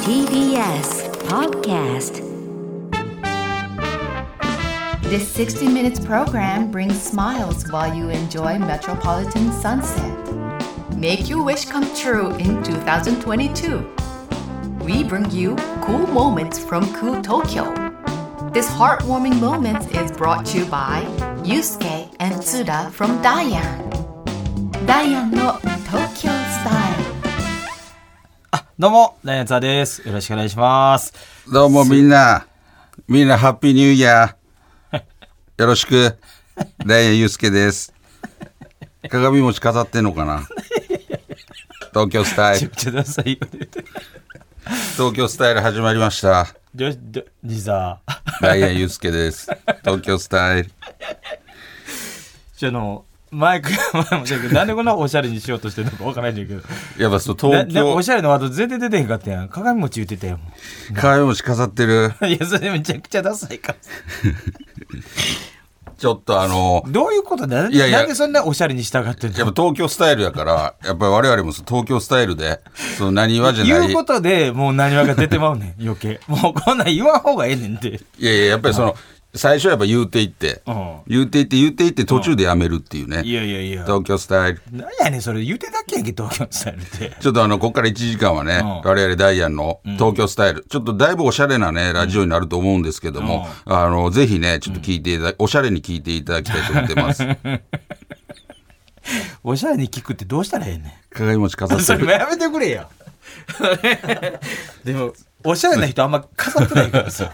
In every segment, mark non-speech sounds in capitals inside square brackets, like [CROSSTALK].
TBS Podcast. This 60 minutes program brings smiles while you enjoy metropolitan sunset. Make your wish come true in 2022. We bring you cool moments from cool Tokyo. This heartwarming moment is brought to you by Yusuke and Tsuda from Diane. Diane no Tokyo Style. どうも、ダイアンツァです。よろしくお願いします。どうもみんな、みんなハッピーニューイヤー。よろし [LAUGHS] く。ダイヤユースケです。鏡餅飾ってんのかな東京スタイちょ、 [LAUGHS] ル、ちょ、ダサいよね。東京スタイル始まりました。ちょ、ちょ、じさ、ダイヤユースケです。東京スタイル。ちょ、あの、マイク、前もそうやけどなんでこんなおしゃれにしようとしてるのかわからないんだけど。やっぱそう、な東なお京し、ゃれのワード全然出てへんかったやん。鏡餅言ってたやん。鏡餅飾ってる。いや、それめちゃくちゃダサいから。ちょっとあの、どういうことだいやいやなんでそんなおしゃれに従ってんやっのぱ東京スタイルやから、やっぱり我々もそう東京スタイルで、その何はじゃな言。いうことで、もう何話が出てまうねん、余 [LAUGHS] 計。もうこんなん言わん方がええねんって。いやいや、やっぱりその、最初はやっぱ言うていってうん、言うていって、言うていって途中でやめるっていうね。いやいやいや。東京スタイル。なんやねん、それ。言うてたっけやんけ、東京スタイルって。ちょっとあの、ここから1時間はね、うん我々ダイアンの東京スタイル、ちょっとだいぶおしゃれなね、ラジオになると思うんですけども、あの、ぜひね、ちょっと聞いていただ、おしゃれに聞いていただきたいと思ってます。 [LAUGHS] おしゃれに聞くってどうしたらええねん。鏡餅飾ってそれもる。やめてくれよ。でも、おしゃれな人あんま飾ってないから [LAUGHS] さ。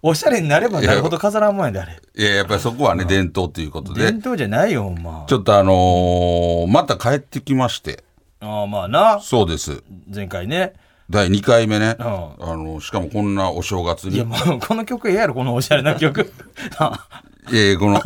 おしゃれになればなるほど飾らんもんやで、あれ。いや、やっぱりそこはね、伝統ということで伝、統じゃないよ、ほんまち。ょっとあのーまた帰ってきまして、ああ、まあな。そうです。前回ね。第2回目ね、うんあの、しかもこんなお正月いに、や、もう、この曲ええやろ、このおしゃれな [LAUGHS] 曲。あえーこの、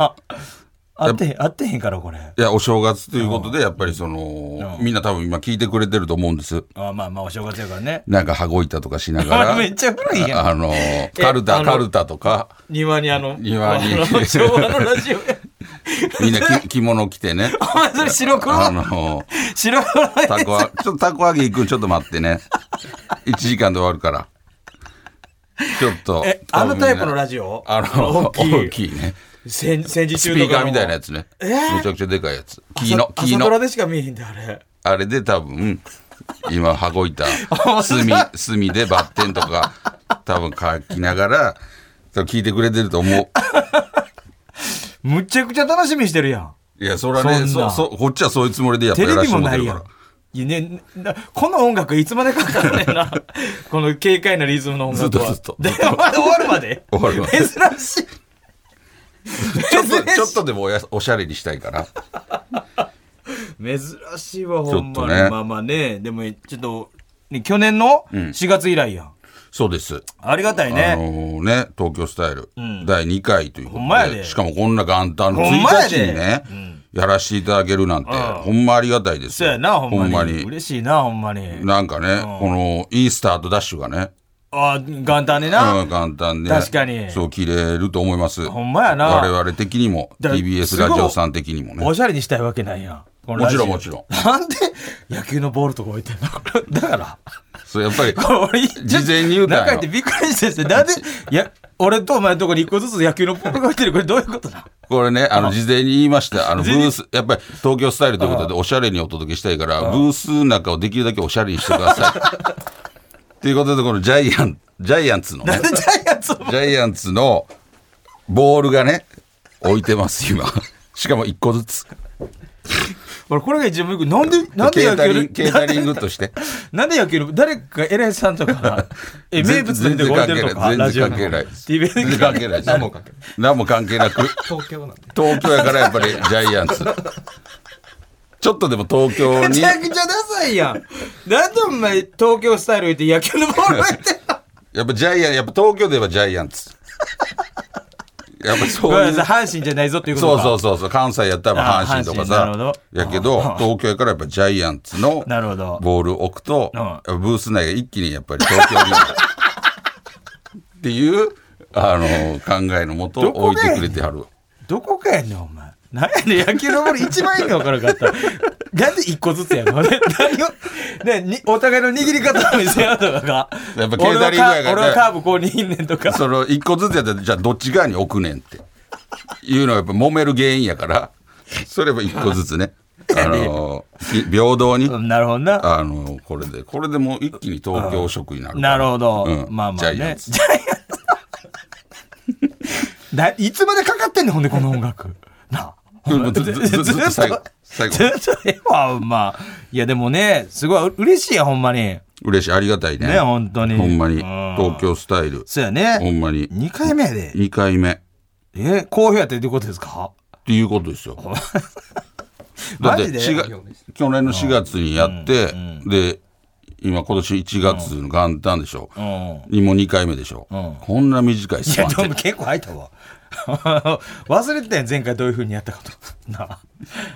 合ってへん、合ってへんから、これ。いや、お正月ということで、やっぱりその、みんな多分今聞いてくれてると思うんです。ああ、まあまあ、お正月やからね。なんか羽子板とかし [LAUGHS] ながあら。めっちゃ古いやん。あのー、カルあタ、のカルタとか、庭にあの、庭にあの昭和のラジオや。みんな [LAUGHS] き着物着てね。 [LAUGHS] お前それ白黒あのー、白黒や [LAUGHS] たこあ、ちょっとたこ揚げ行くんちょっと待ってね。1時間で終わるから。ちょっと。え、あのタイプのラジオあの、大きい。大きいね。戦戦時ス中ピとーかカのーみたいなやつね。えーめちゃくちゃでかいやつ。木の、朝木朝ドラの。でしか見えへんで、あれ。あれで多分、今、羽子 [LAUGHS] 板、炭、炭でバッテンとか、多分書きながら、多分聞いてくれてると思う。むちゃくちゃ楽しみにしてるやん。いや、それはね、そんそなそこっちはそういうつもりでやっテぱやレらビせてももならっているやかん。いやね、なこの音楽いつまでかかんねんな。 [LAUGHS] この軽快なリズムの音楽は。ずっとずでっ、まだ終わるまで。ら。終わり珍ましい。ちょ [LAUGHS] っと、ちょっとでもおやおしゃれにしたいから。珍しいわ、ほんちょまに。っとねまあまあね、でもちょっと、ね去年の4月以来やん。そうです。ありがたいあね。のーね、東京スタイル、第2回というこほんまやとでで、しかもこんな元旦のほんまや1で日にね、やらせていただけるなんて、ほんまありがたいですそうよ。やな、ほんまに。に。嬉しいな、ほんまに。なんかね、このイースターとダッシュがね、あ、元旦ねうな。ん、元旦で、確かにそう、切れると思います。ほんまやな我々的にも、だ TBS ラジオさん的にもねお。しゃれにしたいわけなんや。このもラジちオろんもちろん。なんで野球のボールとか置いてんのこ [LAUGHS] れだから。そう、やっ [LAUGHS] ぱり、俺、事前に言うたんやろ中ってびっくりしてて、なんで、いや、俺とお前のとこに一個ずつ野球のポンプが入ってる、これどういうことだこれね、あの、事前に言いました。あの、ブ前にース、やっぱり東京スタイルということで、おしゃれにお届けしたいから、ブースの中をできるだけおしゃれにして [LAUGHS] ください。ということで、このジャイアン、ジャイアンツのね、ジャイアンツもジャイアンツのボールがね、置いてます、今。しかも一個ずつ。俺、これが一番よく、なんで、なんでケー野タリン球グ、ケータリングとして。なんで野球の、誰か偉いさんとか、え、名 [LAUGHS] 全物の然人が置いてるとか、関係ない。全然関係ない。 TBS 全然関係ない。何も関係ない。何も関係なく。東京なんで。東京やからやっぱりジャイアンツ。ちょっとでも東京めにち。ゃくちゃダサいやん。なんでお前、東京スタイル言って野球のボール置い [LAUGHS] てんのやっぱジャイアン、やっぱ東京で言えばジャイア [LAUGHS] ンツ。やっぱそごうめんいなうさい。阪神じゃないぞっていうことそうか。そうそうそう、関西やったらあ阪神とか阪神なるほ、さどやけど、東京やからやっぱジャイアンツのなるほどボールを置くと、うんやっぱブース内が一気にやっぱり東京に [LAUGHS] っていう、あの、考えのもとどこ置いがやねんてくれてはる。どこかやねん、お前。なんやねん、野球のボール1万円が分からんかった。なんで1個ずつ [LAUGHS] やのね何を、ね、にお互いの握り方を見せ合うとかが。やっぱケータリングやから俺はカ俺はカーブこう握んねんとか。その一個ずつやったらじゃあどっち側に置くねんっていうのがやっぱ揉める原因やからそれは一個ず [LAUGHS] つねあのき平等にうんなるほどな。あのこれでこれでもう一気に東京食になるからなるほど。うんまあまあジャイア [LAUGHS] ンね。ツジャイアンツ [LAUGHS] だいつまでかかってんねん、ほんで、この音楽。なあ。うんずずずずずっと [LAUGHS] 最後最後ずっとええわ、ほんま。いや、でもね、すごいう嬉しいや、ほんまに。ね、嬉しいありがたいね本当に。ほんまにう東京スタイルそうやね。ほんまに2回目やで。 2回目っえ、好評やってってことですかていうことですよだっ [LAUGHS] マてジで4月去年の4月にやって、で今今年1月の元旦でしょ、うん。にもう2回目でしょ、こんな短いいスパや、ンででも結構入ったわ。 [LAUGHS] 忘れてたよ、前回どういう風にやったかと。なあ。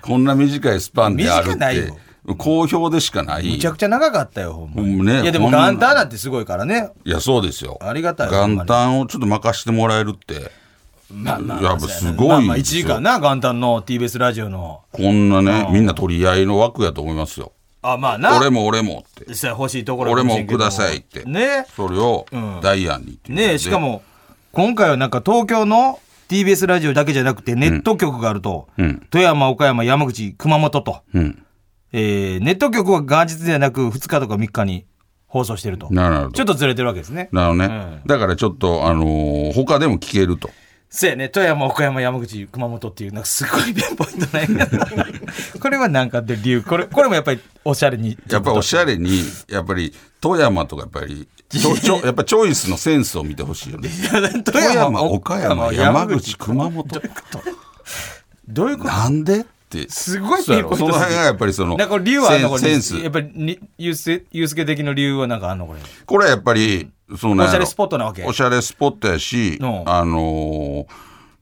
こんな短いスパンである短ないっよて好評でしかないめちゃくちゃ長かったよ、ほんまほに。んまねいや、でも元旦なんてすごいからね。いやそうですよありがたいよほんま元に旦をちょっと任してもらえるってまあまやっぱすごいまあまあ1です時よ間な、元旦の TBS ラジオの。こんなねみんな取り合いの枠やと思いますよあ、まあな。俺も俺もって実際欲しいところ俺かしもれんけどくださいってね。それをんダイアンにっていうことでねしかも、今回はなんか東京の TBS ラジオだけじゃなくてネット局があると。うん富山、岡山、山口、熊本と。うんえーネット局は元日ではなく2日とか3日に放送してると。なるほちょどっとずれてるわけですね。なるほどね、だからちょっとあのー他でも聞けるとせやね、富山、岡山、山口、熊本っていう、なんかすごいピンポイントない [LAUGHS] これはなんかで理由、これ、これもやっぱりおしゃれに。やっぱりおしゃれにやっぱり富山とかやっぱりちょ [LAUGHS] ちょやっぱチョイスのセンスを見てほしいよね富山岡山山口熊本どういうことなんでってすごいピそうやンろポイントその辺がやっぱりそのなんかこれ理由はあんのこれセンセンやっスぱりに、ゆうす、ゆうすけ的の理由はなんかあんのこれ。これはやっぱりそうなおんやろしゃれスポットなわけおしゃれスポットやし、うんあのー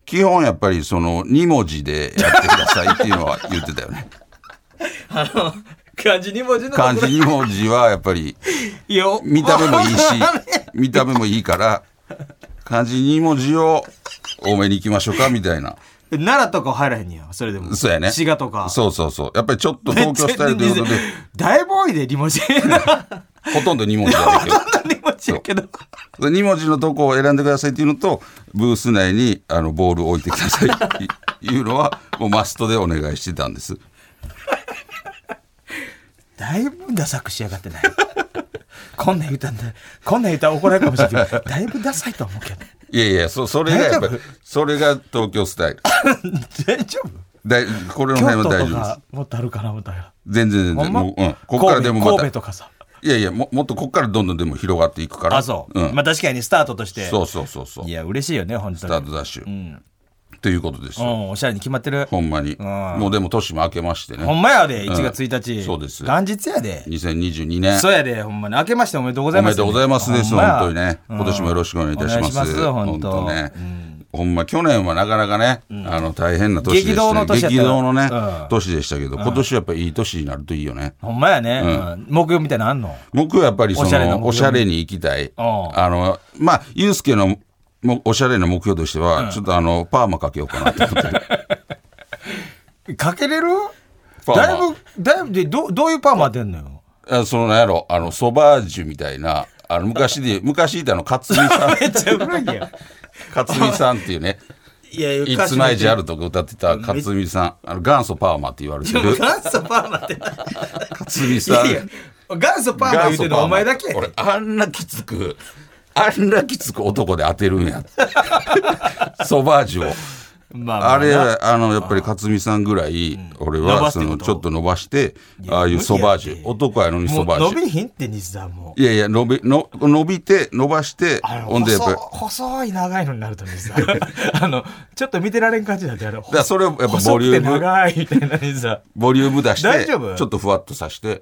基本やっぱりその2文字でやってくださいっていうのは言ってた [LAUGHS] よねあの、漢字2文字の漢字2文字はやっぱりいや、見た目もいいしわかんねえ、見た目もいいから、漢字2文字を多めに行きましょうか、みたいな。 [LAUGHS] 奈良とか入らへんねや、それでも。そうやね。滋賀とか。そうそうそう。やっぱりちょっと東京スタイルということで、大ボーイでリモジ [LAUGHS] ン。ほとんど2文字ができる。リモジンやけど。 2文字のとこを選んでくださいっていうのと、ブース内にあのボールを置いてくださ [LAUGHS] いっていうのは、もうマストでお願いしてたんです。だいぶダサくしやがってない。こんなん言うたんだ。こんなん言うたら怒られるかもしれないけど、だいぶダサいと思うけど。いやいや、そそれがやっぱ大り丈、それが東京スタイル。大丈夫だいこれの京辺は都大と丈夫ですか。もっとあるかな思ったら。全然全ほん然。まもううん。こっからでもま神戸た神戸とかさ。いやいやも、もっとこっからどんどんでも広がっていくから。あ、そう。うん。まあ確かにスタートとして。そうそうそうそう。いスや、嬉しいよね、本当に。タートダッシュ。ということですうよ。ん、おしゃれに決まってる。ほんまに。んもうでも年も明けましてほんね。まやで、1月1日。そうです元日やで。 2022年。そうやで、ほんまに。明けましておめでとうござおいま。めですとうございますです。ほんまや本当にね。今年もよろしくお願いいたします。お願いします本当ね。ほんま、去年はなかなかね、あの、大変な年で激したね。動の年やったよ激動のねうん、年でしたけど、今年はやっぱりいい年になるといいよね。ほんまやね。うん目標みたいなのあんの僕はやっぱりそおしゃれな目標のおしゃれに行きたい。んあの、まあ、ユうスケのもおしゃれな目標としては、ちょっとあの、パーマかけようかなと [LAUGHS] 思ってる。かけれるパーマだいぶ、だいぶ、で、ど、どういうパーマ出んのよ。あそのなんやろ、あの、ソバージュみたいな、あの、昔で、昔いたあの、勝美さん、 [LAUGHS] めっちゃ古いやん。勝美さんっていうね、いや、いつないじある。るとか歌ってた勝美さん、あの、元祖パーマって言われてる、元祖パーマって何勝美いさんやい、や、元祖パーマ言うてるのお前だけや俺、あんなきつく、あんなきつく男で当てるんや。 [LAUGHS] ソバージュを。まあれ、まあの、やっぱり勝美さんぐらい、俺伸ばは、すそってこの、とちょっと伸ばして、ああいうソバージ無理やュ。て男やのにもソうバー伸ジュ。びひんって西さんも。いやいや、伸び、の伸びて、伸ばしてあれ、ほんでやっぱ細り、細い長いのになると西さん。 [LAUGHS] あの、ちょっと見てられん感じだって、あれ。だからそれをやっぱ細ボリュくてーム、長いみたいな西さボリューム出し大て、ち丈夫ょっとふわっとさして、ん。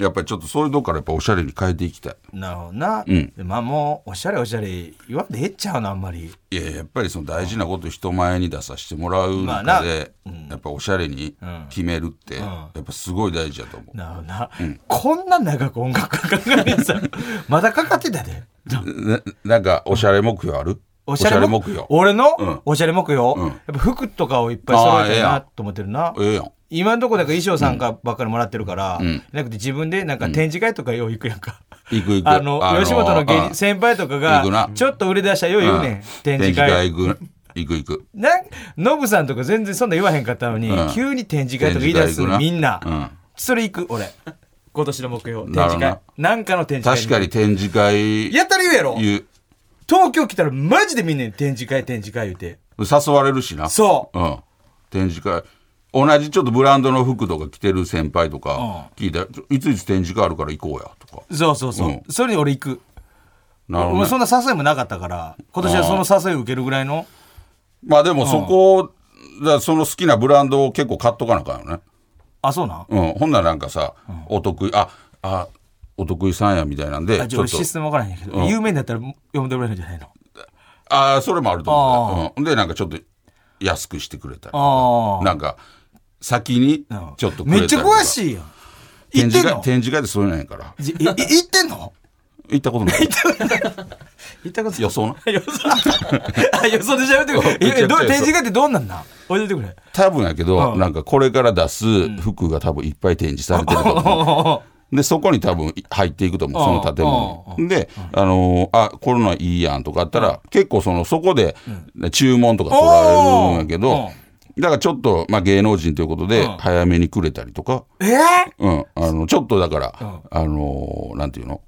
やっぱりちょっとそういうとこからやっぱおしゃれに変えていきたい。なるほどな。んまあもう、おしゃれおしゃれ言わんでええっちゃうな、あんまり。いや、やっぱりその大事なこと人前に出させてもらうまあな中で、やっぱおしゃれに決めるって、やっぱすごい大事だと思う。なるほどな。こんな長く音 [LAUGHS] 楽かかるさん。まだかかってたで。ななんか、おしゃれ目標あるおしゃれおしゃれ木曜俺うんのおしゃれ木曜、うんやっぱ服とかをいっぱい揃えたいなと思ってるな。ええやん。今のところだから衣装さんかばっかりもらってるから、んなくて自分でなんか展示会とかよう行くやんか。行く行く。あの、吉本の芸人あ先輩とか行くがな、ちょっと売れ出したらよう言うねん、うん展示会。行く。行く行 [LAUGHS] く。なんノブさんとか全然そんな言わへんかったのに、うん急に展示会とか言い出すのみんな、うんそれ行く、俺。今年の目標、展なる示ほど会な。なんかの展示会。確かに。展示会、やったら言うやろ言う東京来たらマジでみんなに展示会、展示会言うて。誘われるしな。。そううん。展示会。同じちょっとブランドの服とか着てる先輩とか聞いたら、ちょいついつ展示会あるから行こうやとか。そうそうそう。うんそれに俺行く。なるほどもうねそんな誘いもなかったから、今年はその誘いを受けるぐらいの。まあでもそこを、だからその好きなブランドを結構買っとかなあかんよね。あ、そうなんうん。ほんならなんかさ、お得意、あ、あ、お得意さんやみたいなんで、あ、じちゃあょ俺っとシ。ステムわからへんけど、うん有名になったら呼んでもらえるんじゃないのああ、それもあると思う、うん。で、なんかちょっと安くしてくれたりとあかあ。なんか、先にうんちょっとくれめたっりちとゃか詳しいやん。行展って示ん会、の展示会でそういうのやから。じいい行ってんの行ったこと [LAUGHS] ない。行ったこと予想な。予想 [LAUGHS] あ予想で喋ってくれ。 [LAUGHS] めちゃくちゃえどう予想展示会ってどんなんなん教えて [LAUGHS] くれ。多分やけど、うんなんかこれから出す服が多分いっぱい展示されてると思う。で、そこに多分入っていくと思う、その建物に。で、あのーあ、コロナいいやんとかあったら、結構その、そこで注文とか取られるんやけおーど、だからちょっと、まあ芸能人ということで、早めにくれたりとか、えーうん、あの、ちょっとだから、あのーなんていうの、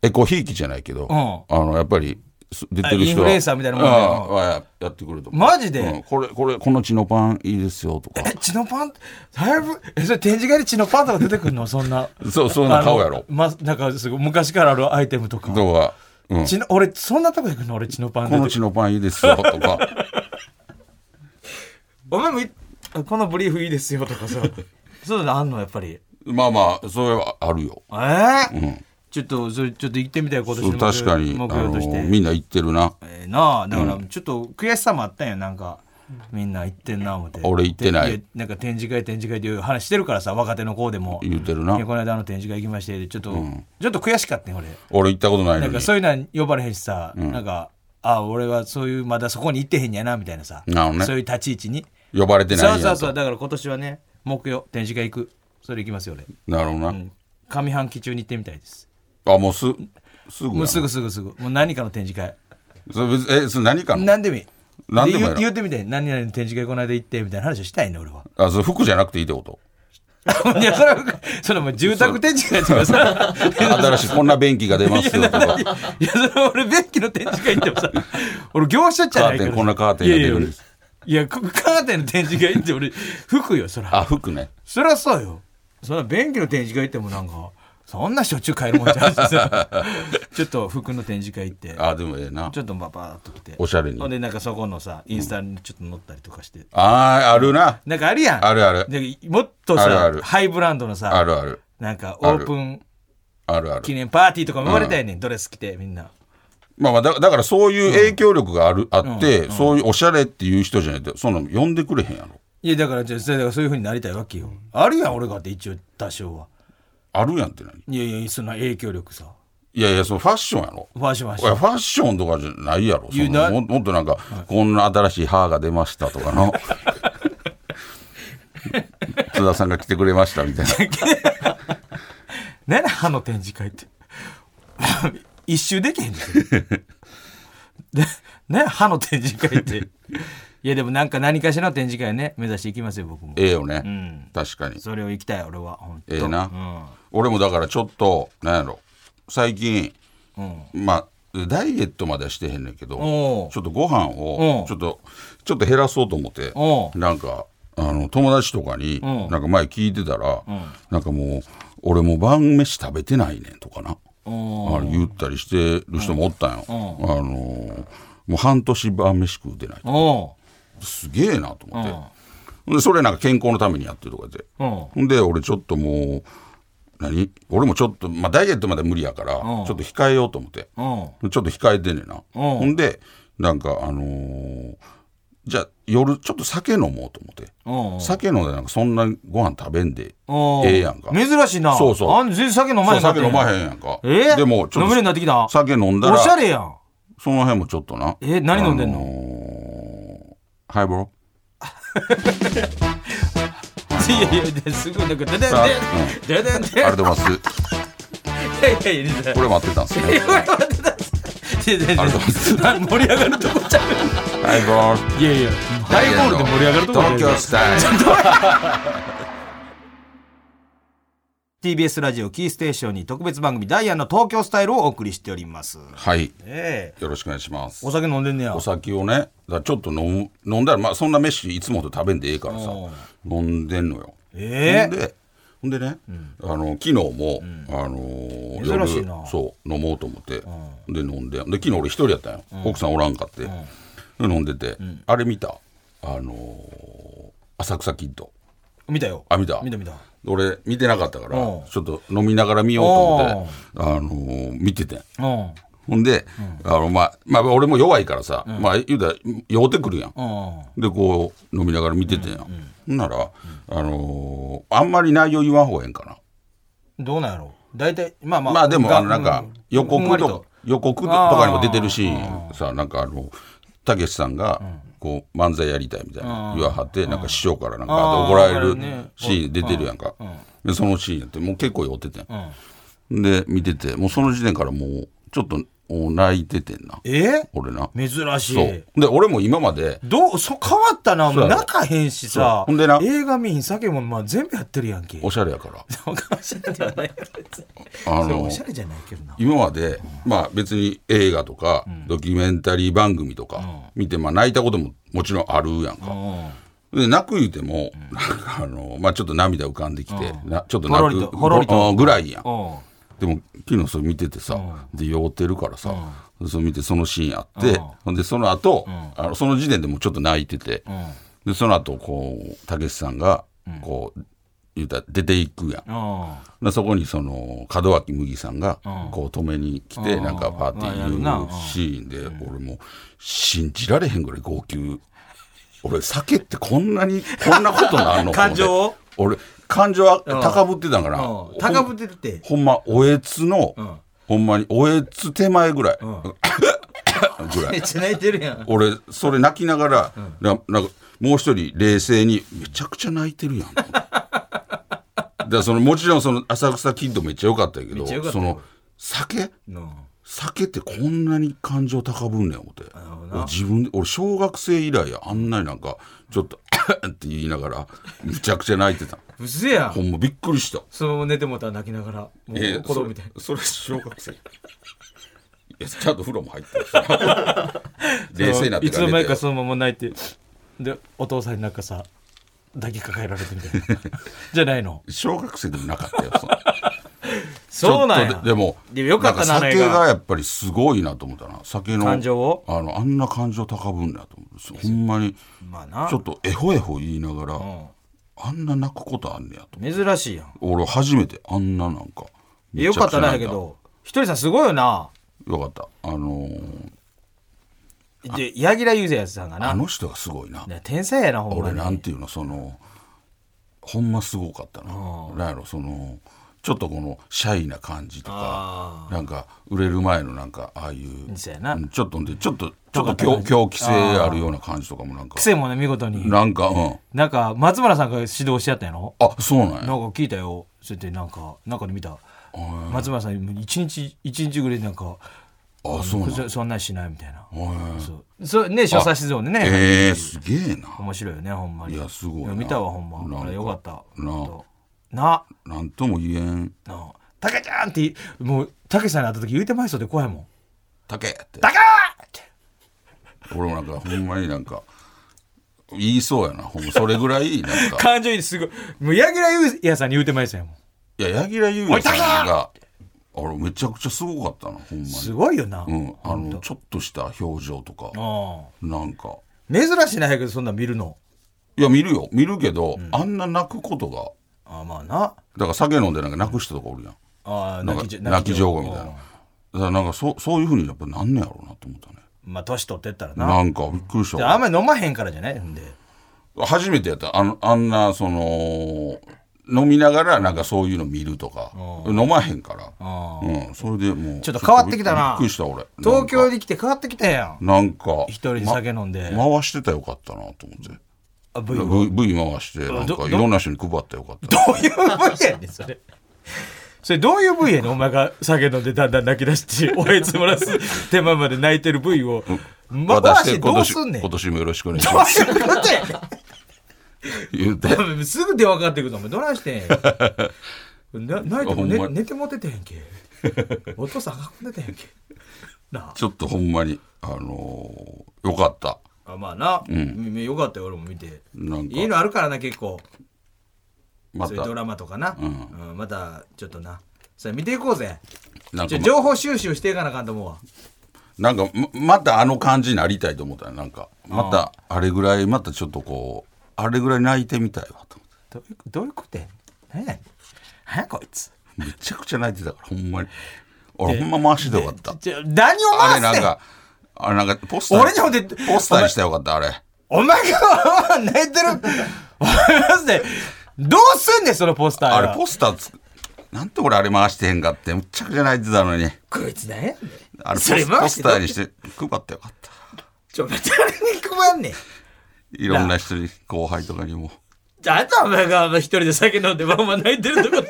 エコひいきじゃないけど、うんあの、やっぱり、す出てる人あはインフルエンサーみたいなもんねああはやってくると思うマジでうんこれこれこの血のパンいいですよとかえ、血のパン、だいぶ、え、それ展示会で血のパンとか出てくるのそんな。そうそんな顔やろあのま、なんかすごい昔からあるアイテムとか。とか、うん、血の俺、そんなとこ行くの俺、血のパンこ出のてく血る。のパンいいですよとかお前もい、あこのブリーフいいですよと [LAUGHS] かさ。そういうのあんの、やっぱり。まあまあそれはあるよえーちょっと、それ、ちょっと行ってみたい、今年の目標確かにあ目標として。のみんな言ってるなええなあだからちょっと悔しさもあったんやなんかみんな行ってんな思って俺行ってないでなんか展示会展示会っていう話してるからさ若手の子でも言ってるないやこの間あの展示会行きましてちょっと、ちょっと悔しかったんよ俺俺行ったことないなのんにかそういうのは呼ばれへんしさ、なんかあ俺はそういうまだそこに行ってへんやなみたいなさなるほどねそういう立ち位置に呼ばれてないんそやうんそうそうだから今年はね木曜展示会行くそれ行きますよ俺、なるほどな、うん、上半期中に行ってみたいですあもうすすぐなのもうすぐすぐすぐもう何かの展示会それ別えそれ何かの何でもいい何でもいい言のう言ってみて何々の展示会この間行ってみたいな話をしたいね俺は [LAUGHS] あそれ服じゃなくていいってこといやそれはそれはもう住宅展示会とかさ新しいこんな便器 [LAUGHS] が出ますよとかいやそれは俺便器の展示会行ってもさ俺業者じゃカないーかテらンこんなカーテンが出るんですいやいや俺いやカーテンの展示会行って俺服よそらあ服ねそりゃそうよそんな便器の展示会行ってもなんかそんなしょっちゅう買えるもんじゃないしさ [LAUGHS] ちょっと服の展示会行ってあでもええなちょっとババーっと来ておしゃれにほんでなんかそこのさインスタにちょっと載ったりとかして、あーあるななんかあるやんあるあるでもっとさあるあるハイブランドのさあるあるなんかオあるープンあるあ記る念パーティーとかも言われたよね、ん、ドレス着てみんなまあまあだだからそういう影響力がある、あって、そういうおしゃれっていう人じゃないとその呼んでくれへんやろいやだからじゃあそれだからそういうふうになりたいわけよ、あるやん俺がって一応多少はあるやんって何いやいやその影響力さいやいやそのファッションやろファッションファッシいョやンファッションとかじゃないやろそいやなのももっとなんか、こんな新しい歯が出ましたと [LAUGHS] かの津田さんが来てくれましたみたい [LAUGHS] な何やねん歯の展示会って [LAUGHS] 一周できへんねんでね歯の展示会っていやでもなんか何かしらの展示会ね目指していきますよ僕もええよね、ん確かにそれを行きたい俺は本当ええな、俺もだからちょっとなんやろ最近うん、うん、まあダイエットまではしてへんねんけどおうちょっとご飯うをんちょっとちょっと減らそうと思っておうなんかあの友達とかにうんなんか前聞いてたらなんかもう俺もう晩飯食べてないねんとかなおあの言ったりしてる人もおったんよあのーもう半年晩飯食うてないおすげえなと思ってほんでそれなんか健康のためにやってるとか言ってううんほんで俺ちょっともう何俺もちょっと、まあ、ダイエットまで無理やからちうょんっと控えようと思ってうんちょっと控えてんねんなほんでなんかあのーじゃあ夜ちょっと酒飲もうと思ってうん酒飲んでなんかそんなご飯食べんでうんええやんか珍しいなそうそうあん全然酒飲まへんそう酒飲まんへんやんかえでも飲めるようになってきた酒飲んだらおしゃれやんその辺もちょっとな。え何飲んでんのあのーハイボロいやいやですぐなんかででさあ、ででででうん、ありがとうございます。いやいやいやいやこれ待ってたんですね。いやいやいやありがとうごな盛り上がるとこちゃハイボロういやいやハイボールで盛り上がるとこちゃう東京スタイル。 TBS ラジオキーステーションに特別番組ダイアンの東京スタイルをお送りしておりますはい。ええよろしくお願いしますお。酒飲んでんねやお酒をね、だからちょっと飲む、飲んだら、まあそんな飯いつもと食べんでええからさうん、飲んでんのよ。えほんで、ほんでね、あの昨日も、あのー珍夜しいなそう飲もうと思って、で飲んで、で昨日俺一人やったんよ。奥さんおらんかって、で飲んでて、あれ見た、あのー浅草キッド。見たよあ見た見た見た俺見てなかったからうんちょっと飲みながら見ようと思って、あのー見ててんうんほんで、あのまあ、まあ、俺も弱いからさ、まあ、言うたら、酔うてくるやん。うんで、こう、飲みながら見ててやん。ほんなら、あのーあんまり内容言わん方がええんかどうなんやろう大体まあまな。あまあ、でも、があの、なんかう、予告ふんわりとと予告とかにも出てるし、さ、なんかあの、たけしさんが、こう、漫才やりたいみたいな言わはって、なんか師匠からなんかあー怒られ怒られるねるシーン出てるやんか。で、そのシーンやって、もう結構酔っててん。で、見てて、もうその時点からもう、ちょっと、お泣いててんな。え俺な。珍しそうい。で、俺も今まで、どうそ変わったなおそう前やろ仲へんしさそうほんでな映画見ひん酒もまあ全部やってるやんけおしゃれやから、おかしゃれじゃないけどあ [LAUGHS] それおの、しゃれじゃないけどな今まで、まあ別に映画とか、ドキュメンタリー番組とか、見て、まあ泣いたことももちろんあるやんか。で、泣く言うても、なんかあの、まあちょっと涙浮かんできて、なちょっとほろり泣とくほろりとごぐらいやん。うんでも昨日それ見ててさ、で酔ってるからさ、それ見てそのシーンあって、ほんでその後、あのその時点でもうちょっと泣いてて、でその後こうたけしさんがこう、言うたら出ていくやん、うんでそこにその門脇麦さんがこう止めに来てなんかパーティうんやるーないうシーンで俺もう信じられへんぐらい号泣俺酒ってこんなにこんなことなん [LAUGHS] の感情を俺感情は高ぶってたんからうん高ぶってるってほんまおえつのんほんまにおえつ手前ぐらいぐらめいっちゃ泣いてるやん俺それ泣きながらななんかもう一人冷静にめちゃくちゃ泣いてる [LAUGHS] やんだからそのもちろんその浅草キッドめっちゃ良かったんやけどっちゃ良かったそよの酒うん酒ってこんなに感情高ぶんねん思ってほどな俺自分で俺小学生以来やあんなになんかちょっと [LAUGHS] って言いながらめちゃくちゃ泣いてたうせやほんんまびっくりしたそのまま寝てもうたら泣きながらもえうー子供みたいそれそれ小学生い [LAUGHS] やちゃんと風呂も [LAUGHS] 入ってるし冷静になっていかつらの間寝にてかそのまま泣いてでお父さんになんかさ抱きかかえられてみたいな [LAUGHS] じゃないの小学生でもなかったよその [LAUGHS] そうなんちょやっとででもでよかったなんあ酒の映画がやっぱりすごいなと思ったな酒の感情をあのあんな感情高ぶんなと思うほんまにまあなちょっとエホエホ言いながら、あんな泣くことあんねやと珍しいやん俺初めてあんななんかめよちゃかっくちたゃな泣やいけどひとりさんすごいよなよかったあのーで柳楽優弥さんがあなの人がすごいなね天才やなほんま俺になんていうのそのほんますごかったななんやろそのちょっとこのシャイな感じとかなんか売れる前のなんかああいうそうやなうんちょっとんでちょっとちょっと狂狂気性あるような感じとかもなんか癖もね見事になんかうんなんか松村さんが指導しちゃったんやろあそうなんなやんか聞いたよそれでなんかなんかで見た松村さん一日一日ぐらいなんかあそうなんやそそんなんしないみたいなそうそうね所作静雄でねええすげえな面白いよねほんまにいやすごいなや見たわほんなんまあかれよかったなあほんとななんとも言えんなあたけちゃんってもうたけしさんに会った時言うてまいそうで怖いもん竹ってたけーって俺もなんかほんまになんか言いそうやなほんまそれぐらいなん [LAUGHS] か感情にすごいもう柳楽優弥さんに言うてまいそうやもんいや、柳楽優弥さんが、俺めちゃくちゃすごかったな、ほんますに。ごいよな、うん、あの、ちょっとした表情とか、あなんか。あ珍しいなやけどそんなん見るのいや、見るよ、見るけど、あんな泣くことが、ああまあなだから酒飲んでなんか泣く人とかおるやん。ああなん泣かき泣き上手みたいな。だからなんかそうそういうふうにやっぱなんねやろうなと思ったね。まあ年取ってったらななんかびっくりしであた。んまり飲まへんからじゃないんで初めてやった。あのあんな、その、飲みながらなんかそういうの見るとか飲まへんから、うん、それでもうちょっと変わってきたなびっくりした俺東京でに来て変わってきたやんなんか一人で酒飲んでま回してたらよかったなと思ってあ V ど V, v 回してなんどかいろんな人に配ったらよかったういう V やねんそれそれどういう部位やねんお前が酒飲んでだんだん泣き出しておやつ漏らす手間まで泣いてる部位を、ま、渡回してして今どう年すんねん今年もよろしくお願いしますそういうことやねん言うて多分すぐ電話かかってくるのお前どないしてんな泣いてもほんま寝に寝てもってたやんけお父さん運んでたやんけなちょっとほんまにあのーよかったああまあな、みよかったよ俺も見てなんかいいのあるからな結構まそういうたドラマとかな、うんうんまたちょっとなそれ見ていこうぜなんちかょま情報収集していかなあかんと思うわなんかままたあの感じになりたいと思ったよなんかまたあれぐらいまたちょっとこうあれぐらい泣いてみたいわと思っどういうどういうことや何やねん何やこいつてめちゃくちゃ泣いてたからほんまに俺ほんま回しでよかったちょ何をあ回れしてなんんかあれなんかポスター俺にもでポスターにしたらよかったあれお前が泣いてるお前マジでどうすんねんそのポスターあがれポスターつなんで俺あれ回してへんかってむちゃくちゃ泣いてたのにこいつ何やねんあれポそれス回ポしスてターにして配ってよかったちょ、別に配んねん。いろんな人に後輩とかにもじゃあ、あとはお前がお前一人で酒飲んでまんま泣いてるとこ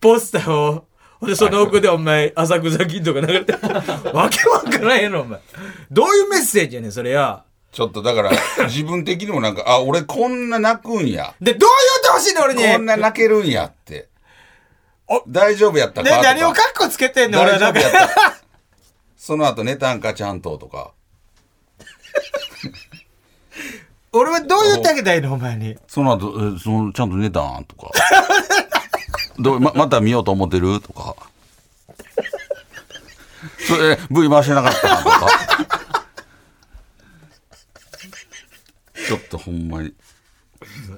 ポスターを。ほんで、その奥でお前、浅草キッドが流れてる。わけわからへんの、お前。どういうメッセージやねん、それや。ちょっとだから [LAUGHS] 自分的にもなんかあ俺こんな泣くんやで、どう言ってほしいの、俺に。こんね、な泣けるんやって。大丈夫やったかとか何をカッコつけてんねん、俺は。大丈なん夫かやった。その後寝たんかちゃんととか。俺はどう言ってあげたいの、お前に。その後、えそのちゃんと寝たん [LAUGHS] とか。どうままた見ようと思ってるとか。それ、V 回してなかったん [LAUGHS] とか。ちょっとほんまに。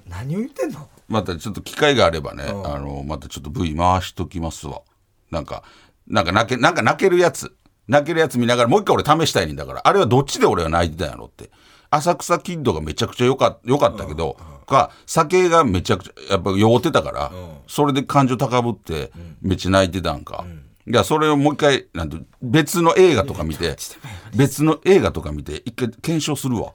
何を言ってんのまたちょっと機会があればね、あの、またちょっと V 回しときますわ。なんか、なんか泣け、なんか泣けるやつ。泣けるやつ見ながら、もう一回俺試したいねんだから。あれはどっちで俺は泣いてたんやろって。浅草キッドがめちゃくちゃ良か良かったけど、か、酒がめちゃくちゃ、やっぱ酔ってたから、それで感情高ぶって、めっちゃ泣いてたんか。いや、それをもう一回、なんて、別の映画とか見て、別の映画とか見て、一回検証するわ。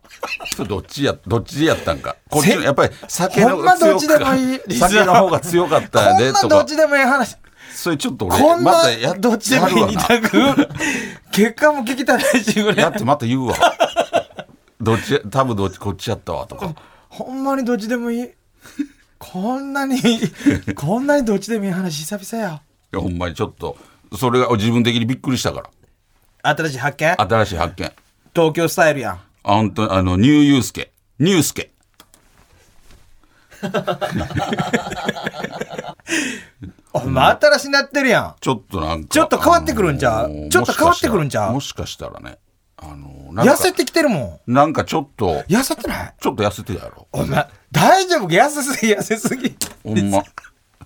それどっちや、どっちやったんか。こっちの、やっぱり酒の方がほ強かんまどっちでもいいリスナー酒の方が強かったんやこんで、なとどかっ。ちでもいい話。それちょっと俺、こんまなたやどっちでもいいやる二わ択。結果も聞きたないし、こなれや。ってまた言うわ。どっちや、多分どっち、こっちやったわ、とか。ほんまにどっちでもいい。こん [LAUGHS] なに、こんなにどっちでもいい話久々や。いや、ほんまにちょっと、それが自分的にびっくりしたから。新しい発見新しい発見。東京スタイルやん。あ本当にあの、ニューユースケ。ニュースケ。お前新しいなってるやん。ちょっとなんか。ちょっと変わってくるんちゃうあのーちょっと変わってくるんちゃうもしかしたらもしかしたらね。あのー、なんか痩せてきてるもなんかちょっとん。、痩せてないちょっと痩せてたやろ。お前、大丈夫か痩せすぎ、痩せすぎ。ほんま。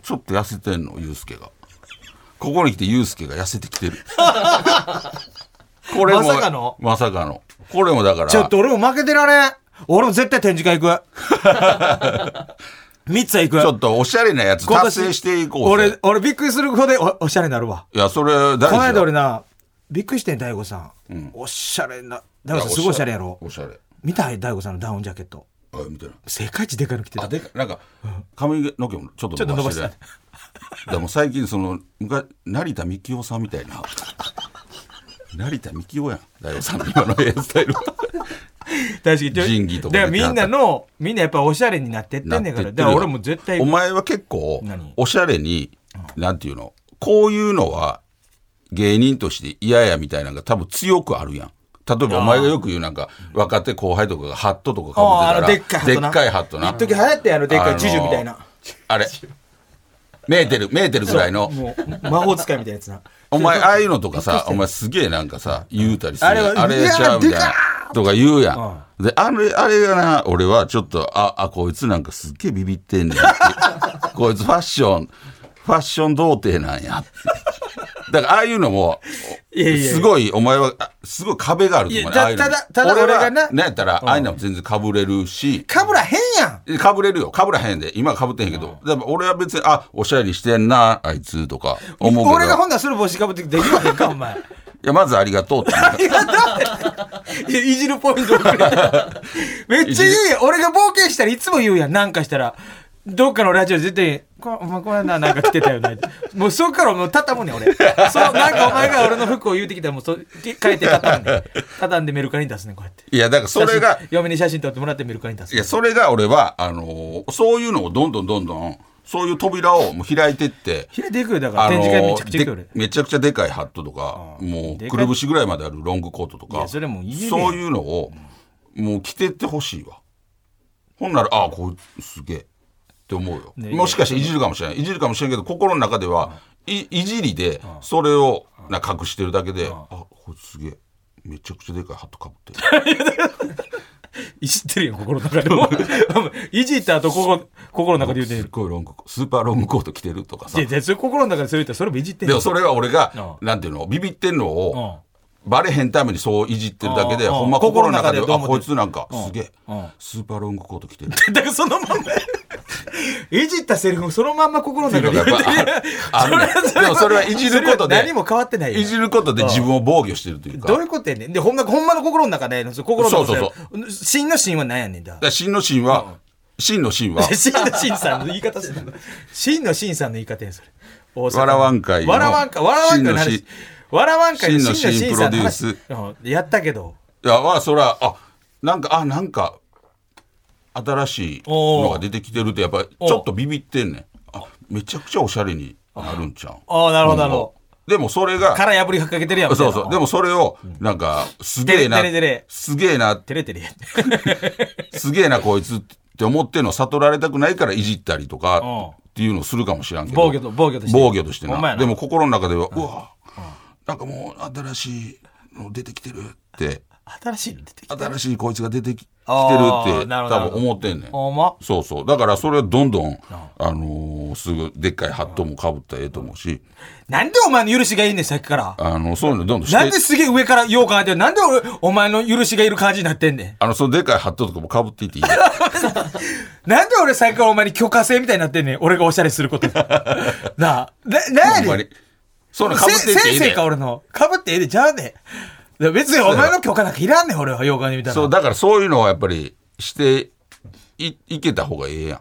ちょっと痩せてんの、ユうスケが。ここに来てユうスケが痩せてきてる。これも。まさかのまさかの。これもだから。ちょっと俺も負けてられん。俺も絶対展示会 [LAUGHS] 行く。三つは行く。ちょっとおしゃれなやつ今達年成していこうぜ。俺、俺びっくりするほどおおしゃれになるわ。いや、それ、大この間俺な、な、びっくりしてん、大悟さん。おしゃれな、大悟さんすごいおしゃれやろ。おしゃれ。見た大悟さんのダウンジャケット。あ、見てない。世界一でかいの着てあ、た。でか、なんか、髪の毛もちょっと伸ばしてちょっと伸ばる。でも最近、その、昔、成田幹夫さんみたいな。成田幹夫やん。大悟さんの今のヘアスタイル。大好き仁義とかだねからみんなの、みんなやっぱおしゃれになってってんねんから。なってってるよだから俺も絶対お、前は結構何おしゃれになんていうのこういうのは芸人として嫌やみたいなのが多分強くあるやん例えばお前がよく言うなんか若手後輩とかがハットとかあかあのぶっでてったかいらハットな。でっ一時かいハットな流行ったやろ、でっかいジュジュみたいあなの。 [LAUGHS] あれメーテルメーテルぐらいのもう、魔法使いみたいなやつな。お前ああいうのとかさお前すげえなんかさ言うたりするあれやんはあれちゃうみたいいやなとか言うやんであれあれがな俺はちょっとああこいつなんかすっげえビビ [LAUGHS] ってんねんってこいつファッションファッション童貞なんやってだからああいうのも、いやいやいやすごい、お前は、あすごい壁があると思うねいやああいうのたただただ俺がなはなんやったら、ああいうのも全然被れるし、かぶらへんやん。かぶれるよ。かぶらへんで。今かぶってへんけど。でも俺は別に、あ、おしゃれにしてんな、あいつとか思うけど。俺がほんならそれ帽子かぶってきて言わへんか、お [LAUGHS] 前。いや、まずありがとうって言うから。いやいじるポイントくれためっちゃ言うやん。俺が冒険したらいつも言うやん。なんかしたら。どっかのラジオで絶対、こお前この間なんか来てたよね。 [LAUGHS] もうそっからもう畳むねん、俺。そう、なんかお前が俺の服を言うてきたらもうそ、書いて畳んで。畳んでメルカリに出すねん、こうやって。いや、だからそれが写真、嫁に写真撮ってもらってメルカリに出すい。や、それが俺は、あのーそういうのをどんどんどんどん、そういう扉をもう開いてって、開いていくよ、だから。あの展示会ーめちゃくちゃ行くよ、俺で。めちゃくちゃでかいハットとか、もうくるぶしぐらいまであるロングコートといかや、それもういいねそういうのを、もう着てってほしいわ。ほんなら、ああ、こう、すげえ。って思うよ。ねもしかしていじるかもしれない。いじるかもしれんけど、心の中では、いいじりで、それをな隠してるだけで、あ、これすげえ。めちゃくちゃでかいハットかぶってる。いじってるやん、心の中で [LAUGHS] も。いじった後、ここ、心の中で言うてすっる。ごいロングコスーパーロングコート着てるとかさいや、いやそれ心の中でそれ言ったらそれもいじってんでねんもそれは俺がなんていうのビビってんのをバレへんためにそういじってるだけでうんほんま心の中で心の中でどうあ思ってこるいつなんかすげえうんスーパーロングコート着 [LAUGHS] てるだからそのまんま、いじったセリフをそのまんま心の中で言ってる。あるねそれでもそれはいじることでそれは何も変わってないよいじることで自分を防御してるというかどだうかいうことやねん。で、ほんま、ほんまの心の中で、その心の中で。そう真の真は何やねんだ。ら真の真は真の真は [LAUGHS] 真の真さんの言い方してる。真の真さんの言い方やん、それ。大阪のわらわん会のわらわんか、わらわんかの真の話真。わらわんかの真の真の真真さんの話プロうデんやったけど。いやまあそれはあなんかあなんか新しいのが出てきてるとやっぱりちょっとビビってんねんあめちゃくちゃおしゃれになるんちゃうああなるほどなるほどどでもそれが殻破りかけてるやん。そうそう。でも。もそれを、なんか、すげえなてれてれてれ、すげえな、照れてるやん。 [LAUGHS] すげえなこいつって思ってんの悟られたくないからいじったりとか、うっていうのをするかもしらんけど。防御と防御として防御としてほんまやなな。でも心の中では、うわ、なんかもう新しいの出てきてるって、新しいの出てきた。新しいこいつが出てききてるってあー多なるほどなる分ほど思ってんねん。ほんま。そうそう。だからそれはどんどん、あのーすぐでっかいハットもかぶったらええと思うし、なんでお前の許しがいいねん、さっきから。あの、そういうのどんどんして。なんですげえ上からよう考えてる。なんで俺、お前の許しがいる感じになってんねあの、そのでっかいハットとかもかぶっていっていいよん。なんで俺さっきからお前に許可制みたいになってんねん。俺がおしゃれする [LAUGHS] ことに。なあ。な、なほんやまねんに。。そうなんかぶってせってい先いね生か俺の。かぶってええでちゃうねん。で別にお前の許可なんかいらんねん、俺は。よう考えてみたら。そう、だからそういうのはやっぱりしていいけた方がええやん。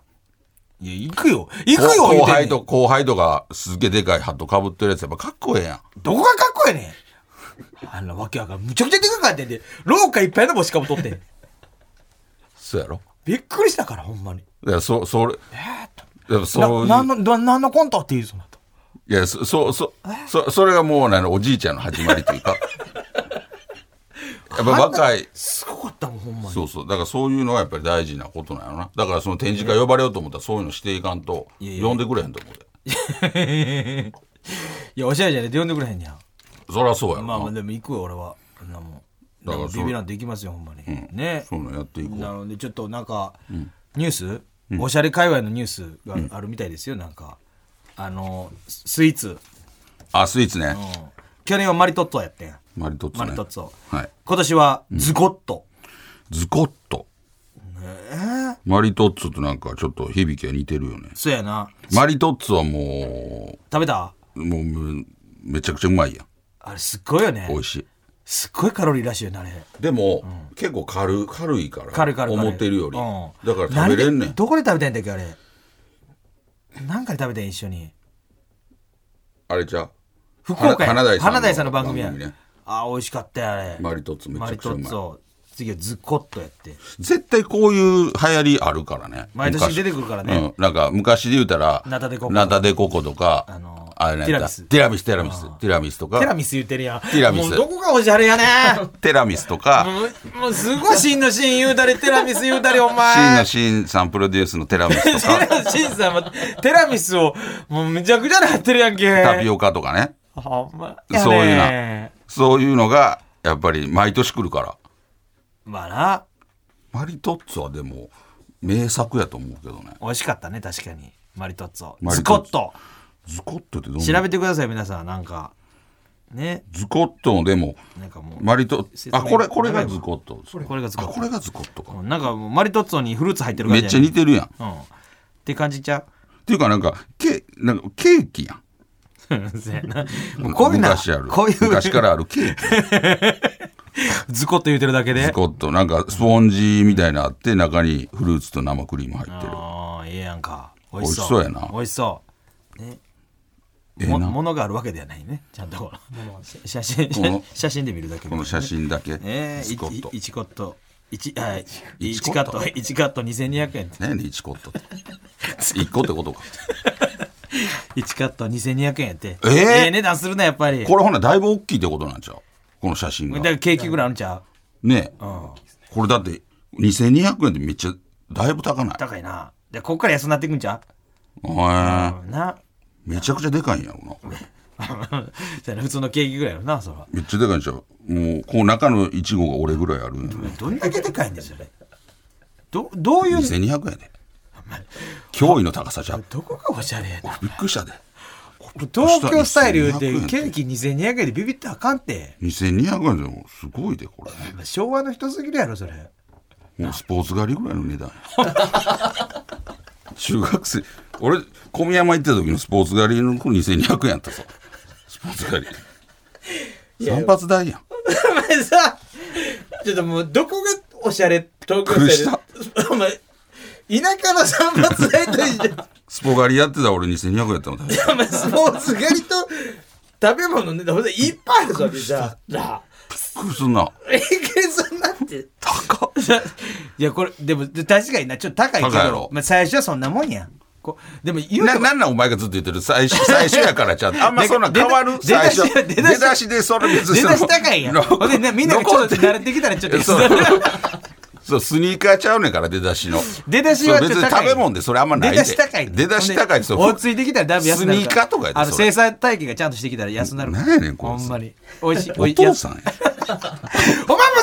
いや、行くよ。行くよ、後言うてん後ね輩んと、後輩とかすげえでかいハットかぶってるやつやっぱかっこええやん。どこがかっこええねん。あの、わけわからん。むちゃくちゃでかかってんで。廊下いっぱいの帽子かぶっとって [LAUGHS] ん。そうやろびっくりしたから、ほんまに。だからそ、それ、やっぱそういうな、なんの、どなんのコントって言うその後。いや、そ、そ、そ、そそれがもうなの、おじいちゃんの始まりと [LAUGHS] いうか。やっぱ若い、すごかったもん、ほんまに。そうそう。だからそういうのはやっぱり大事なことなのな。だからその展示会呼ばれようと思ったらそういうのしていかんと、呼んでくれへんと思うで。 [LAUGHS] いや、おしゃれじゃねえって呼んでくれへんやん。そりゃそうやろな。まあまあ、でも行くよ、俺は。そんなもん。だでからもそうビビらんと行きますよ、ほんまに。ねそういうのやっていこう。なので、ちょっとなんか、ニュース、おしゃれ界隈のニュースがあるみたいですよ、なんか。あの、ススイーツ。うんあ、スイーツね。去年はマリトッツォやってん。マリトッツォ、マね。リトッツォ。はい。今年はズコット。ズコッと。マリトッツォとなんかちょっと響きが似てるよね。そうやな。マリトッツォはも食べたう、もうめめちゃくちゃうまいやん。あれすっごいよね美味しい。すっごいカロリーらしいよねあれでも、結構軽い軽いから軽い軽い軽い思ってるより、うんだから食べれ何んねでんどこで食べたいんだっけあれ何かで食べたい一緒にあれじゃう福岡や花台さんの花台さんの番組や番組ねあー美味しかったよあれマリトッツォめマちゃリくちゃトうまいッツォ次はズコッとやって絶対こういう流行りあるからね毎年出てくるからね昔うん、なんか昔で言うたらナタデココナタデココとかあのあれなんだティラミスティラミスティラミスティラミスとかテラミス言ってるやんィラミスもうどこがおしゃれやねんティラミスとかもうもうすごい真の真言うたりテラミス言うたりお真の前真さんプロデュースのテラミスと [LAUGHS] か、真の真さんもテラミスをもうめちゃくちゃなやってるやんけタピオカとかね、ほんまやねそういうな、そういうのが、やっぱり毎年来るから。まあなマリトッツォはでも、名作やと思うけどね。美味しかったね確かにマリトッツォマズリコトッッツォとズコッとってどんな調べてください皆さんなんかねズコットンでもなんかもうマリト説明あこれこれがズコットンですかこれがズコットあこれがズコットンかうんなんかもうマリトッツォにフルーツ入ってるめ感っじちゃ似てるやんってゃ、うん、って感じちゃうていうかなんかケなんかケーキやんそう [LAUGHS] やなもうこういうな昔あ [LAUGHS] るこういう昔からあるケーキズコッと言うてるだけでズコットなんかスポンジみたいなのあって中にフルーツと生クリーム入ってるああええやんか美味味ししそそううやな美味しそうねええもなものがあるわけではないねちゃんとこの写写真この写真で見るだけこの写真だけねズコット1コット1はい一1カカッットト1カット2200円何やねん1コットって1 [LAUGHS] 個ってことか1カット2200円やってえーえ値段するなやっぱりこれほなだいぶ大きいってことなんちゃうこの写真だがからケーキぐらいあるんちゃうねえこれだって2200円ってめっちゃだいぶ高ない高いなでこっから安になっていくんちゃへえうな [LAUGHS] めちゃくちゃでかいんやろなこれそうやな普通のケーキぐらいやろなそれはめっちゃでかいんちゃうもうこう中のいちごが俺ぐらいあるんやろどんだけでかいんですよねどどういう2200円やで驚異の高さじゃうどこがおしゃれやなびっくりしたで東京スタイル言うて2200円ってケーキ2200円でビビったらあかんて2200円でもすごいでこれ昭和の人すぎるやろそれもうスポーツ狩りぐらいの値段や [LAUGHS] 中学生俺小宮山行った時のスポーツ狩りの子2200円やったぞスポーツ狩り散髪代やんお前さ、ちょっともう、どこがおしゃれ、東苦京しスたタイ [LAUGHS] ル。お前、田舎の散髪代と一緒にスポ狩りやってた俺2200円やったの確かお前、スポーツ狩りと、食べ物の値段、ほんでいっぱいあるぞ、じゃあ。なあ。びっくりすんなえげつなって。高っいやこれでも確かになちょっと高いけ高いやろど、まあ、最初はそんなもんやんこでも言うてなもなんなんお前がずっと言ってる [LAUGHS] 最初最初やからちゃんとあんまそんなん出変だわる出最だし初出だしでそれ別に出そのだし高いやんのほんでなみんながちょっと慣れてきたらちょっとそうそうスニーカーちゃうねんから出だしの [LAUGHS] 出だしはちょっとそう別高いに食べ物でそれあんまないで出だし高いね出だし高いほんそうで追いついてきたらだいぶ安くなるスニーカーとかやであのそれ生産体系がちゃんとしてきたら安くなるなんやねんこいつほんまにおいしいおい父さんやお前も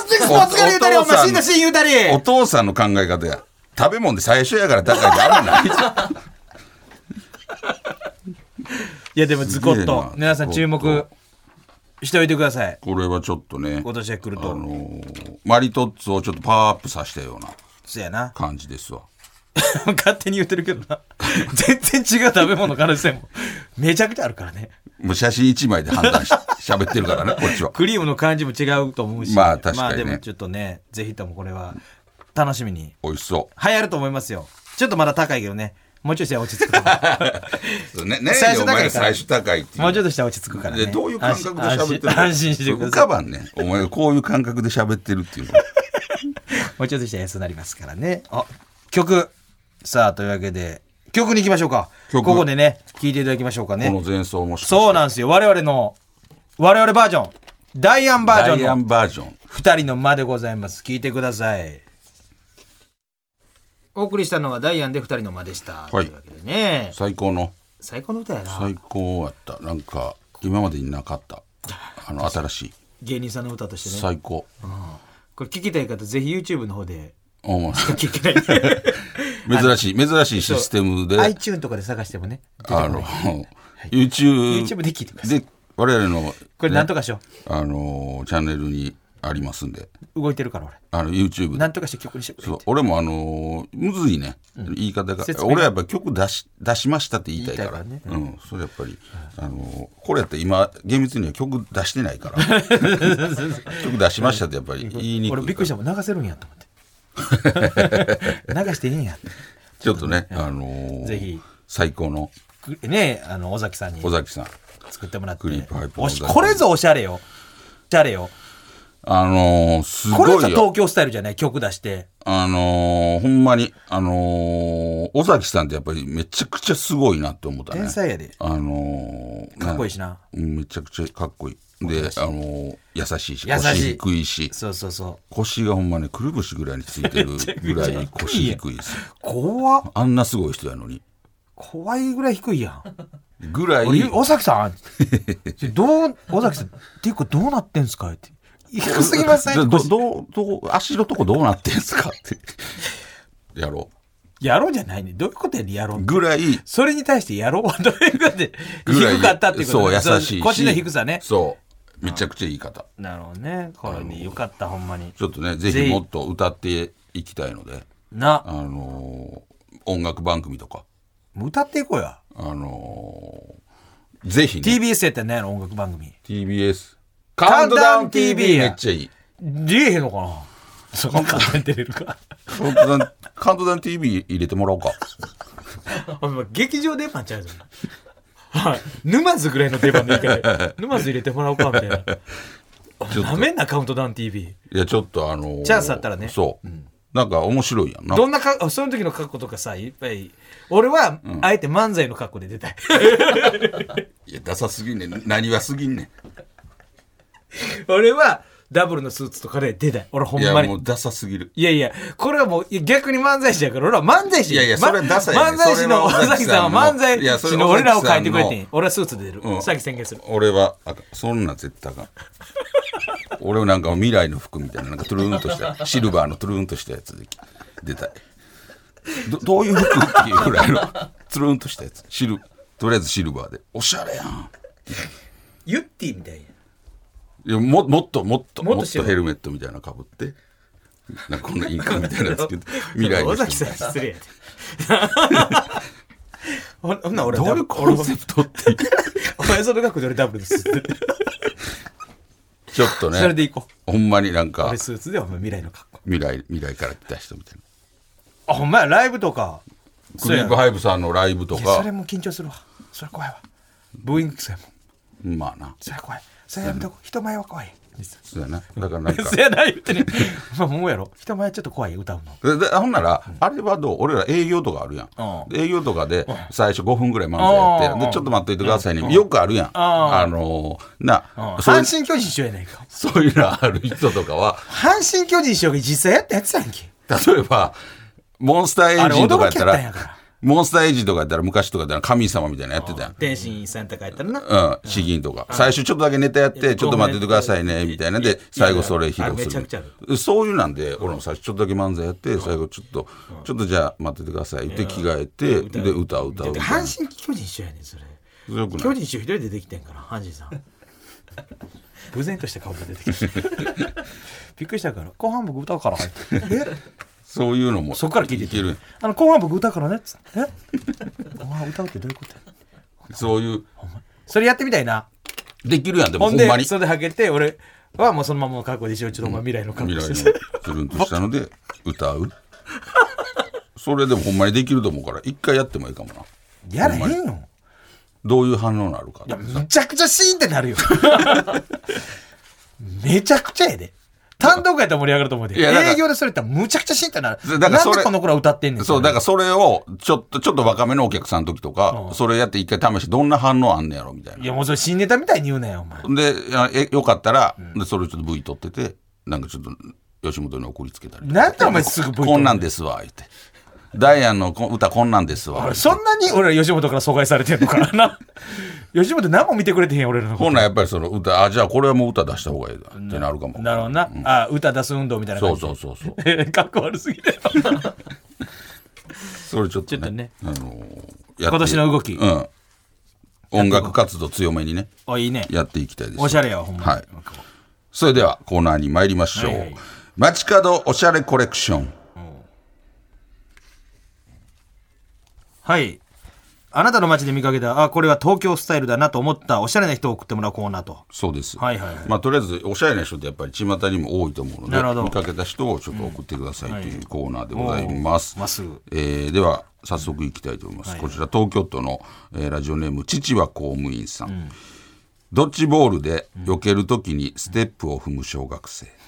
スポーツから言うたりおおお父さん前死んだ死ん言うたり [LAUGHS] お父さんの考え方や食べ物で最初やから高いってあんまないいやでもズコッすげえなと皆さん注ズコッ目しておいてください [LAUGHS] これはちょっとね今年が来るあとのーマリトッツォをちょっとパワーアップさせたようなそうやな [LAUGHS] 感じですわ勝手に言ってるけどな全然違う食べ物からしてもめちゃくちゃあるからねもう写真一枚で判断し [LAUGHS] 喋ってるからねこっちはクリームの感じも違うと思うしまあ確かにねまあでもちょっとねぜひともこれは楽しみに美味しそ流行ると思いますよちょっとまだ高いけどねもうちょいしたら落ち着くと思う [LAUGHS] うねね最お初高いから前ら最初高いっていうもうちょっとしたら落ち着くからねでどういう感覚で喋ってる安心安心してくだ浮さかいばんねお前がこういう感覚で喋ってるっていうのもうちょっとしたら安くなりますからねあ曲さあというわけで曲に行きましょうか曲ここでね聴いていただきましょうかねこの前奏もしかしてそうなんですよ。我々の、我々バージョン、ダイアンバーダジイアョンのンバージョン二人の間でございます。聞いてください。お送りしたのはダイアンで二人の間でした。はいというわけでね、最高の最高の歌やな。最高やったなんか今までになかったあの新しい芸人さんの歌としてね。最高これ聞きたい方、ぜひ YouTube の方でお前聞きたい。 [LAUGHS] 珍しい珍しいシステムで iTune とかで探してもね。あの YouTube YouTube で聞いてくだで我々のこれなんとかしよあのチャンネルにありますんでう。動いてるから俺。あの YouTube なでんとかして曲にしてくれそう俺もあのーむずいね、言い方が俺はやっぱ曲出し出しましたって言いたいから言いうん、それやっぱり、あのーこれやったら今厳密には曲出してないから [LAUGHS] 曲出しましたってやっぱり言いにくい俺びっくりしたもん。流せるんやと思 [LAUGHS] って。流していいんやってちょっとね、あのーぜひ最高のく。ねあの、尾崎さんに尾崎さん作ってもらって。クリープハイプのおし尾崎さんこれぞおしゃれよ。おしゃれよ。あのーすこれごぞいよ東京スタイルじゃない曲出して。あのーほんまにあのー尾崎さんってやっぱりめちゃくちゃすごいなって思ったね天才やで。あのーかっこいいしなうんめちゃくちゃかっこいいで、あのー優しいし優しい腰低いしそうそうそう。腰がほんまねくるぶしぐらいについてるぐらい腰低いです怖っあんなすごい人やのに怖いぐらい低いやん。ぐら [LAUGHS] い俺、尾崎さん [LAUGHS] それどう、尾崎さん、ていうかどうなってんすかって。低すぎませどんどどうどう足のとこどうなってんすか [LAUGHS] ってやろやろうじゃないね。どういうことやねんやろうう。ぐらいそれに対してやろうはどういうことで、ぐらい低かったっていうことそうね優しいし腰の低さね。そうめちゃくちゃいい方。なるほどね。これによかった、ほんまに。ちょっとね、ぜぜひひもっと歌っていきたいので、な、あのー音楽番組とか、もう歌っていこうや。あのーぜひね、 TBS やったら何やろ、音楽番組。 TBS、カカウウンントトダダウウンン TV TV やめっちゃいい。出えへんのかなそんな簡単に出れるか。カウント [LAUGHS] ダウン、カウントダウン TV 入れてもらおうか。 [LAUGHS] お前劇場出番ちゃうぞ。はい。沼津ぐらいの出番でいい [LAUGHS] から。沼津入れてもらおうか、みたいな。ちょっダと、メんな、カウントダウン TV。いや、ちょっとあのーチャンスあったらねそう。なんか面白いやんな。どんなか、その時の格好とかさ、いっぱい。俺は、あえて漫才の格好で出たい。 [LAUGHS] いや、ダサすぎんねん。何はすぎんね俺は、ダブルのスーツとかで出たい。俺ほん。んいや、まもに。うダサすぎる。いやいや、これはもういや逆に漫才師やから、俺は漫才師いやいやまそれはダサいね漫才師の尾それ崎は尾崎ささんんはの漫才いやそ師れのは尾俺崎さらんのを変えてくれてん。俺はスーツで出る。うんさっき宣言する。俺はあかんそんなん絶対あかん俺はなんか未来の服みたいななんかトゥルーンとしたシルバーのトゥルーンとしたやつで出たいどどういう服っていうぐらいのトゥルーンとしたやつシルとりあえずシルバーでおしゃれやんユッティみたいな。いやももっともっともっともっシルとバーヘルメットみたいなのかぶってなんかこんなインカみたいなやつ [LAUGHS] けて未来の尾人崎みたさいんな失礼やで。ほんほんなら俺はどういうコンセプトっていうお前その額で俺ダブルです。ちょっとそれでねいこう。ほんまになんか俺スーツでお前未来の格好。未来未来から来た人みたいなあ、ほんまや、ライブとか。クリープハイブさんのライブといや、そかれも緊張するわ。それ怖いわ。ブーイングさんもん。まあなそれ怖い。それやめとこう。人前は怖い。そうやな。だからなんか。 [LAUGHS] せやない言ってね。まあ、もうやろ。人前はちょっと怖いよ歌うの。ででほんなら、あれはどう俺ら営業とかあるやん。営業とかで最初5分ぐらい漫才やって、で、ちょっと待っといてくださいね。よくあるやん。あのー、な、そうい阪う、神巨人師匠やないか。そういうのある人とかは、阪神巨人師匠が実際やったやつやんけ。例えば、モンスターエイジとかやったあれ驚きやったんやからら、モンスターエイジとかやったら昔とかやったら神様みたいなのやってたやん。天心さんとかやったらな。うん、詩吟とか。最初ちょっとだけネタやって、ちょっと待っててくださいね、みたいなんで、最後それ披露あめちゃくちゃあする。そういうなんで、俺も最初ちょっとだけ漫才やって、最後ちょっと、ちょっとじゃあ待っててくださいって着替えて、で、歌う歌う。阪神巨人師匠やねん、それ。強く巨ない人師匠一人でできてんから、阪神さん。偶然とした顔が出て [LAUGHS] きた。びっくりしたから、後半僕歌うから。えそういうのも。そっから聞いていける。あの後半僕歌うからねっつって。え後半歌うってどういうことやそういう、それやってみたいな。できるやん、でもほほんんでまに。、それではけて、俺はもうそのままの覚悟でしよう。ちょっとお前未来の覚未悟来してのさ。つるんとしたので、歌う。それでもほんまにできると思うから、一回やってもいいかもな。やらへんよ。どういう反応になるか。むちゃくちゃシーンってなる [LAUGHS] よ。めちゃくちゃやで。単独やったら盛り上がると思うで。いやだから営業でそれやったらむちゃくちゃシーンってなる。だからなそんれでこの子ら歌ってんねん。そう、だかららそれを、ちょっと、ちょっと若めのお客さんの時とか、それやって一回試して、どんな反応あんねやろ、みたいな。いやもうそれ新ネタみたいに言うなよ、お前。で、あえよかったら、でそれをちょっと V 取ってて、なんかちょっと、吉本に送りつけたりとか。なんでお前すぐ V 取るのこんなんですわ、言って。ダイアンのこ歌こんなんですわ。そんなに俺ら吉本から阻害されてんのからな。 [LAUGHS] 吉本何も見てくれてへん、俺らのこと本来やっぱりその歌、あ、じゃあこれはもう歌出した方がいいだってなるかも。なるほどな。あ歌出す運動みたいなそ感うじ。そうそう [LAUGHS] そう。う。かっこ悪すぎだよ。それちょっちとね。ょっとねあのーやって今年の動きうん。音楽活動強めにね、おいいね。やっていきたいです。おしゃれやわほんまにはい。それではコーナーに参りましょう。はいはい街角おしゃれコレクション。はい。あなたの街で見かけた、あ、これは東京スタイルだなと思ったおしゃれな人を送ってもらうコーナーと。そうです。はいはいはいまあとりあえずおしゃれな人ってやっぱり巷にも多いと思うのでなるほど見かけた人をちょっと送ってくださいというコーナーでございます。おーまっすぐえーでは早速いきたいと思います。こちら東京都の、えーラジオネーム父は公務員さん。ドッジボールで避けるときにステップを踏む小学生。 [LAUGHS]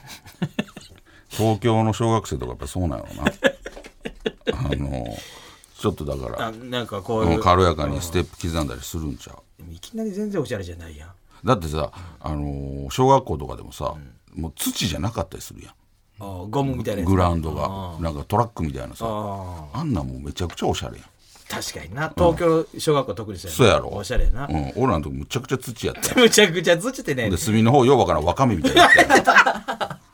東京の小学生とかやっぱそうなのな。 [LAUGHS] あのちょっとだから、なんかこうん軽やかにステップ刻んだりするんちゃう。いきなり全然おしゃれじゃないやん。だってさ、あのー小学校とかでもさ、もう土じゃなかったりするやあゴムみたいなんやつグラウンドがなんかトラックみたいなさあんなんもうめちゃくちゃおしゃれやん確かにな東京小学校特にそうそうやろおしゃれやな、 [LAUGHS] [LAUGHS] うん、俺らのとこむちゃくちゃ土やった [LAUGHS] やむちゃくちゃずつってねんで炭の方ようわからんわかめみたいなやつやん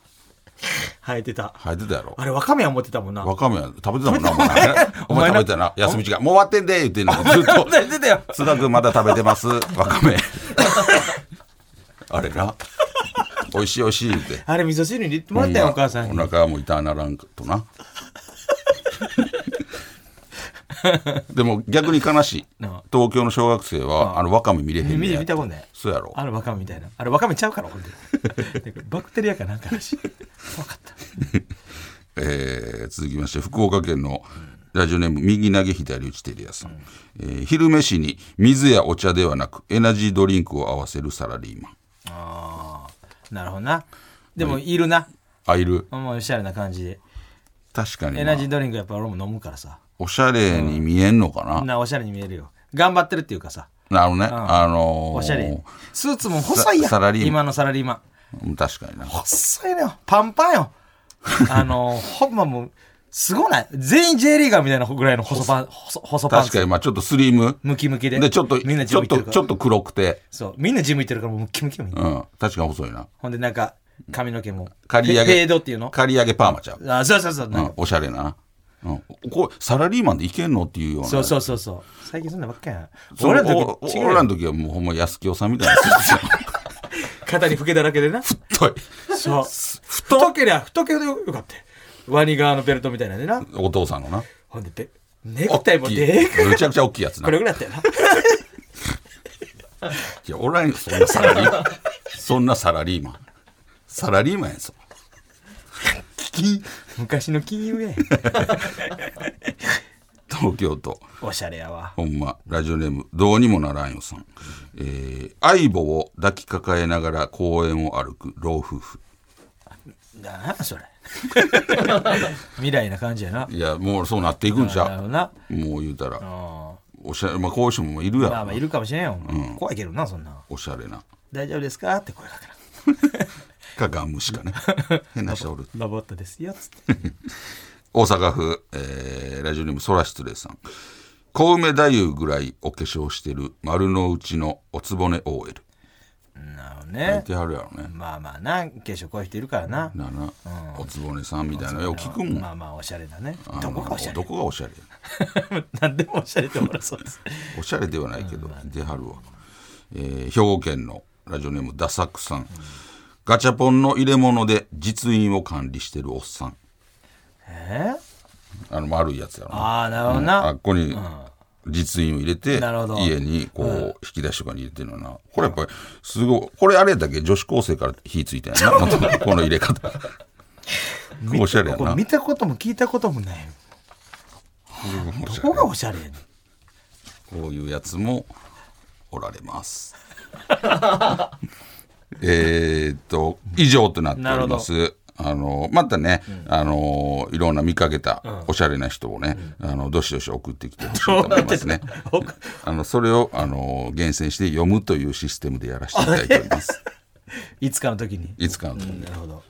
生えてた生えてた [LAUGHS] やろあれわかめは持ってたもんなわかめや食べてたも [LAUGHS] んなお前お前食べてたな休み時間もう終わってんで言 [LAUGHS] ってんのずっと出てたよ津田君まだ食べてますわかめ [LAUGHS] あれ [LAUGHS] な。美味しい美味しい言うて。あれ味噌汁に入れてもらったよお母さんにお腹も痛ならんとな。 [LAUGHS] でも逆に悲しいなあ。東京の小学生は、あの、ワカメ見れへんねや見見たことないそうやろ。あのワカメみたいなあれワカメちゃうからほんで [LAUGHS] バクテリアかなんかだし分かったえー続きまして福岡県のラジオネーム右投げ左打ちテリアさん、えー昼飯に水やお茶ではなくエナジードリンクを合わせるサラリーマンああなるほどなでもいるな、あいるもうおしゃれな感じで確かになエナジードリンクやっぱ俺も飲むからさおしゃれに見えんのかな、そんなおしゃれに見えるよ頑張ってるっていうかさなるほどね、あのー、おしゃれスーツも細いやんササラリーマン今のサラリーマンうん確かにな細いのよパンパンよあの [LAUGHS] ほんまもうすごない全員 J リーガーみたいなぐらいの細パン細細パン確ツかにまあちょっとスリムムキムキででちょっとみんなちジムょ行ってっとるからちょっと黒くてそうみんなジム行ってるからもうムキムキよみんなうん確かに細いなほんでなんか髪の毛も刈り上げフェードっていうの刈り上げパーマちゃう、あそうそうそう、うなんんか、おしゃれな、うん、これサラリーマンでいけんのっていうようなそうそうそうそう最近そんなばっかやん俺俺ららの時の時違う俺らよの時はもうほんま安清さんみたいな [LAUGHS] 人肩にフケだらけでなですよそう太けりゃ太けりゃよかったよワニ側のベルトみたいなんでなお父さんのなほんでべネクタイもでかいめちゃくちゃ大きいやつ [LAUGHS] なこれぐらいだったよないや俺らにそんなサラリーマンそんなサラリーマンサラリーマンやぞ [LAUGHS] 金昔の金融やん東京都おしゃれやわほんまラジオネームどうにもならんよさん、えー、相棒を抱きかかえながら公園を歩く老夫婦なあ [LAUGHS] それ未来な感じやないやもうそうなっていくんちなるゃほどうなもう言うたらあおしゃれまあこういう人もいるやろな、まあまあいるかもしれんよ、怖いけどなそんなおしゃれな大丈夫ですかって声かけなかガムしかね変な人おるロボットですよつって大阪府、えーラジオネームそら失礼さん小梅太夫ぐらいお化粧してる丸の内のおつぼね OL なるほど言ねってはるやろねまあまあな化粧こういう人いるからななな、おつぼねさんみたいなよう聞くもん、まあまあおしゃれだねあのどこがおしゃれどこがおしゃれ [LAUGHS] 何でもおしゃれって思われそうですおしゃれではないけど出はるわ、えー兵庫県のラジオネームダサックさん、ガチャポンの入れ物で実印を管理してるおっさん [LAUGHS] えあの丸いやつやろなああなるほどあな、っこに実印を入れて、なるほど家にこう引き出しとかに入れてるのなこれやっぱりすごいこれあれだけ女子高生から火ついたんやな元々 [LAUGHS] この入れ方おしゃれやこれ [LAUGHS] な見たことも聞いたこともないどこがおしゃれやねんこういうやつもおられます [LAUGHS] えーっと以上となっておりますあのまたね、あのいろんな見かけたおしゃれな人をね、あのどしどし送ってきてほしいと思いますね。 [LAUGHS] あのそれをあの厳選して読むというシステムでやらせていただいております。いつかの時にいつかの時になるほど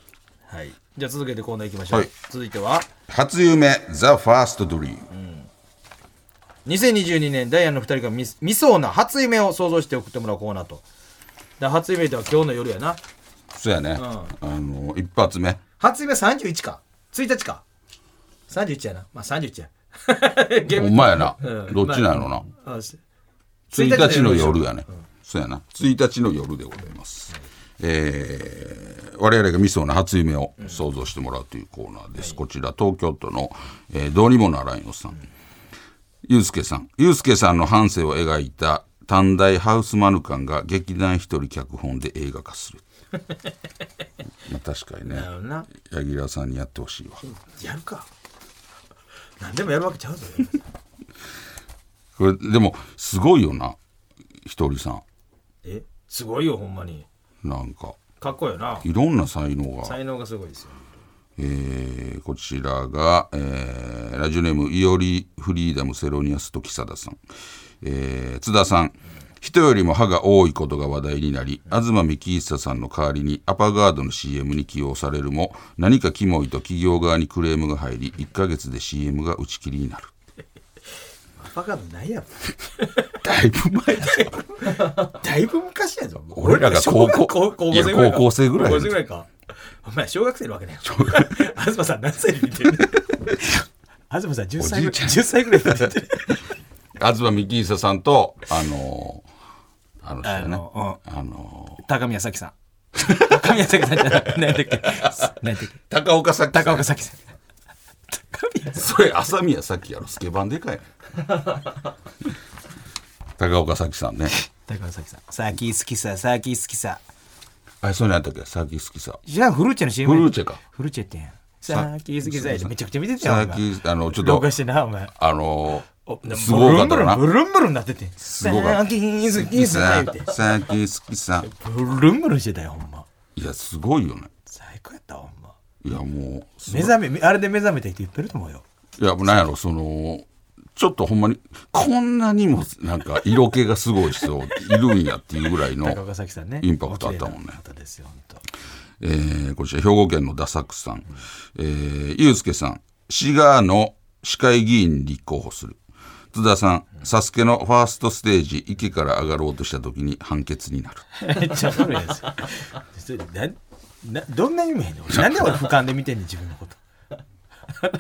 はいじゃあ続けてコーナー行きましょう、はい続いては初夢ザファーストドリーム。 2022年ダイアンの2人が見見そうな初夢を想像して送ってもらうコーナーとだ初夢では今日の夜やなそうやね。あの一発目。初夢31か1日か31やなまあ31や [LAUGHS] お前やな。どっちなんやろな。あし1日の夜やね。そうやな。1日の夜でございます。えー我々が見そうな初夢を想像してもらうというコーナーです。こちら、東京都の、えーどうにもならんよさん。ゆうすけさん。ゆうすけさんの半生を描いた短大ハウスマヌカンが劇団一人脚本で映画化する。まあ確かにねな、るほどな柳楽さんにやってほしいわ。やるか何でもやるわけちゃうぞこれ、でも、すごいよな、ひとりさん。えすごいよほんまになんか、かっこいいよないろんな才能が。才能がすごいですよえーこちらが、えーラジオネームいおりフリーダムセロニアス時貞さん、えー津田さん人よりも歯が多いことが話題になり東幹久さんの代わりにアパガードの CM に起用されるも何かキモいと企業側にクレームが入り1ヶ月で CM が打ち切りになるバカのないやろだいぶ前だだいぶ昔やぞ俺らが高校高いや校高校生ぐらい高校生ぐらいかお前小学生のわけね [LAUGHS] 東さん何歳に似てる東さん10歳ぐおじらいいちゃん10歳ぐらいに似てる東幹久さんとあのーあの人だね。あのあのー高宮早紀さん。高宮早紀さんじゃない。何だっけ何だっけ高岡さっき。高岡早紀さん。高宮 [LAUGHS] それ、朝宮さっきやろ。スケバンでかい。高岡さっきさんね。高岡早紀さん。さっき好きさ、さっき好きさ。あれ、そうなんだっけさっき好きさ。じゃあフルーチェの CM。フルーチェか。フルーチェってんやん。さっき好きさ。めちゃくちゃ見てたよ。さっき、あの、ちょっ動と画、してな、お前。あのー、すブごかルンったブルン、よな。ブルンブルンなってて。すごかさったっき好きさ。言うてさっき好きさ。ブルンブルンしてたよ、ほんま。いや、すごいよね。最高やったわ、ほんま。いや、もう、す目覚め、あれで目覚めた人言ってると思うよ。いや、もうなんやろ、その、ちょっとほんまに、こんなにも、なんか、色気がすごい人、いるんやっていうぐらいの、高岡早紀さんね。インパクトあったもおんね綺麗な方ですよ、ほんとえーこちら、兵庫県のダサクさん、えー、ゆうすけさん、滋賀の市会議員に立候補する。津田さん、サスケのファーストステージ、池から上がろうとした時に判決になる。めっちゃ古いですよ。それ [LAUGHS] ななどんな夢やねん俺なんで俺俯瞰で見てんねん自分のこと。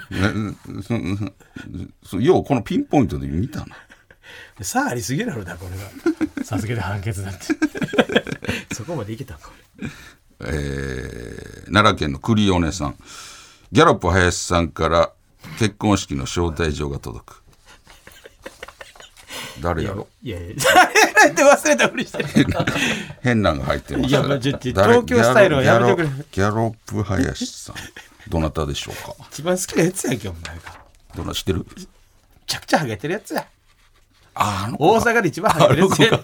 ねそそよう、このピンポイントで見たな。さあありすぎるやろだこれが。さすがに判決なんて。 [LAUGHS] そこまでいけたんか。えー奈良県の栗尾根さんギャロップ林さんから結婚式の招待状が届く誰やろいやいや。って忘れたふりしてる。変なんが入ってましたいやまあちょちょ誰東京スタイルはやめてくれギャロギャロップ林さんどなたでしょうか [LAUGHS] 一番好きなやつやんけお前が。めどな知ってるちゃくちゃハゲてるやつや。ああの大子阪で一番ハゲてるやつや。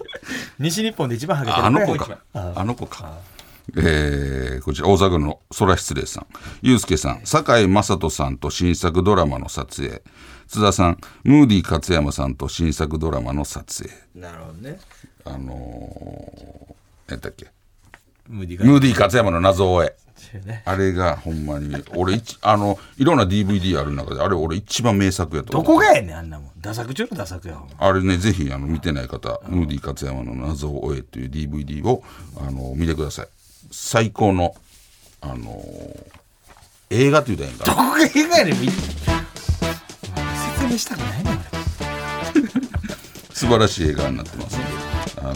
西日本で一番ハゲてるあのや子つやか。あの子か。えーこちら大阪の空失礼さん、ゆうすけさん、堺雅人さんと新作ドラマの撮影、津田さん、ムーディ勝山さんと新作ドラマの撮影、なるほどね。あのー、何だっけ、ムーディが。ムーディ勝山の謎を追え、ねあれがほんまに、俺一、あの、いろんな DVD ある中で、あれ、俺、一番名作やとど思う。こがやねんあんなもん。ダサく中のダサくやほんま。あれね、ぜひあの見てない方、ムーディ勝山の謎を追えという DVD をあの見てください。最高の、あのー映画というたらいいんかなここが映画やねん。み説明したくないねん俺。素晴らしい映画になってますので、あの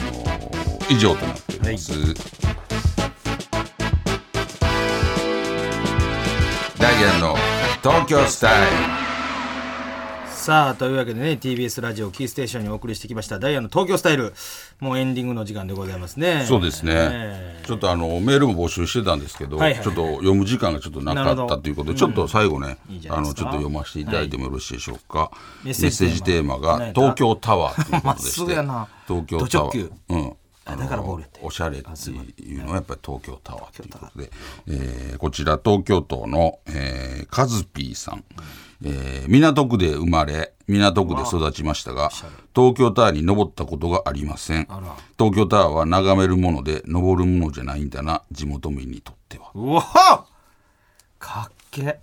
ー以上となっております。ダイアンの東京スタイさあというわけでね TBS ラジオキーステーションにお送りしてきました「ダイヤの東京スタイル」もうエンディングの時間でございますねル。そうですね、えちょっとあのメールも募集してたんですけど、はいはいちょっと読む時間がちょっとななかるほっどたということで、ちょっと最後ね、いいじゃなあいでのすかちょっと読ませていただいてもよろしいでしょうか、メメッッセセーージジテテーーママが東京タワーということで [LAUGHS] しまっすぐてやな東京タド直ワー球、うん、あのだからボールやっておしゃれっていうのはやっぱり東京タワーということで、えーこちら東京都の、えー、カズピーさん、えー港区で生まれ港区で育ちましたが東京タワーに登ったことがありません東京タワーは眺めるもので登るものじゃないんだな地元民にとってはうわっかっけ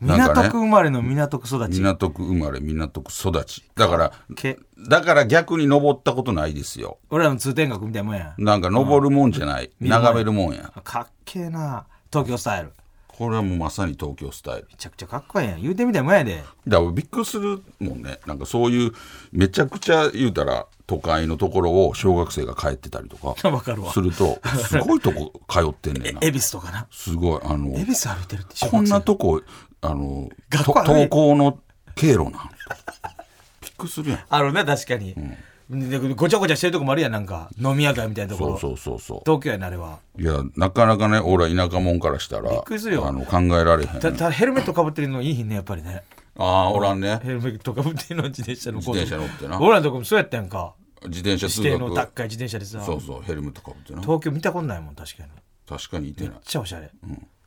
なんかね港区生まれの港区育ち、港区生まれ港区育ちだからけだから逆に登ったことないですよ俺らの通天閣みたいなもんやなんか登るもんじゃない、眺めるもんやかっけえな東京スタイルめこれはもうまさに東京スタイルちゃくちゃかっこええやん言うてみたいもんやでだからびっくりするもんねなんかそういうめちゃくちゃ言うたら都会のところを小学生が帰ってたりと [LAUGHS] かわかるわするとすごいとこ通ってんねんな恵比寿とかなすごいあの恵比寿歩いてるって小学生こんなとこあの学と校ある登校の経路なんびっくりするやんあるね確かに、でごちゃごちゃしてるとこもあるやんなんか飲み屋街みたいなとこそろうそうそうそう東京やなあれはいやなかなかね俺は田舎者からしたらくりするよあの考えられへんたたヘルメットかぶってるのいいひんねやっぱりねああおらんねヘルメットかぶってんの自転車の子自転車乗ってな俺らのとこもそうやったやんか自転車通指定の学高い自転車でさそうそうヘルメットかぶってな東京見たことないもん確かにめっ確かにいてないちゃおしゃれ、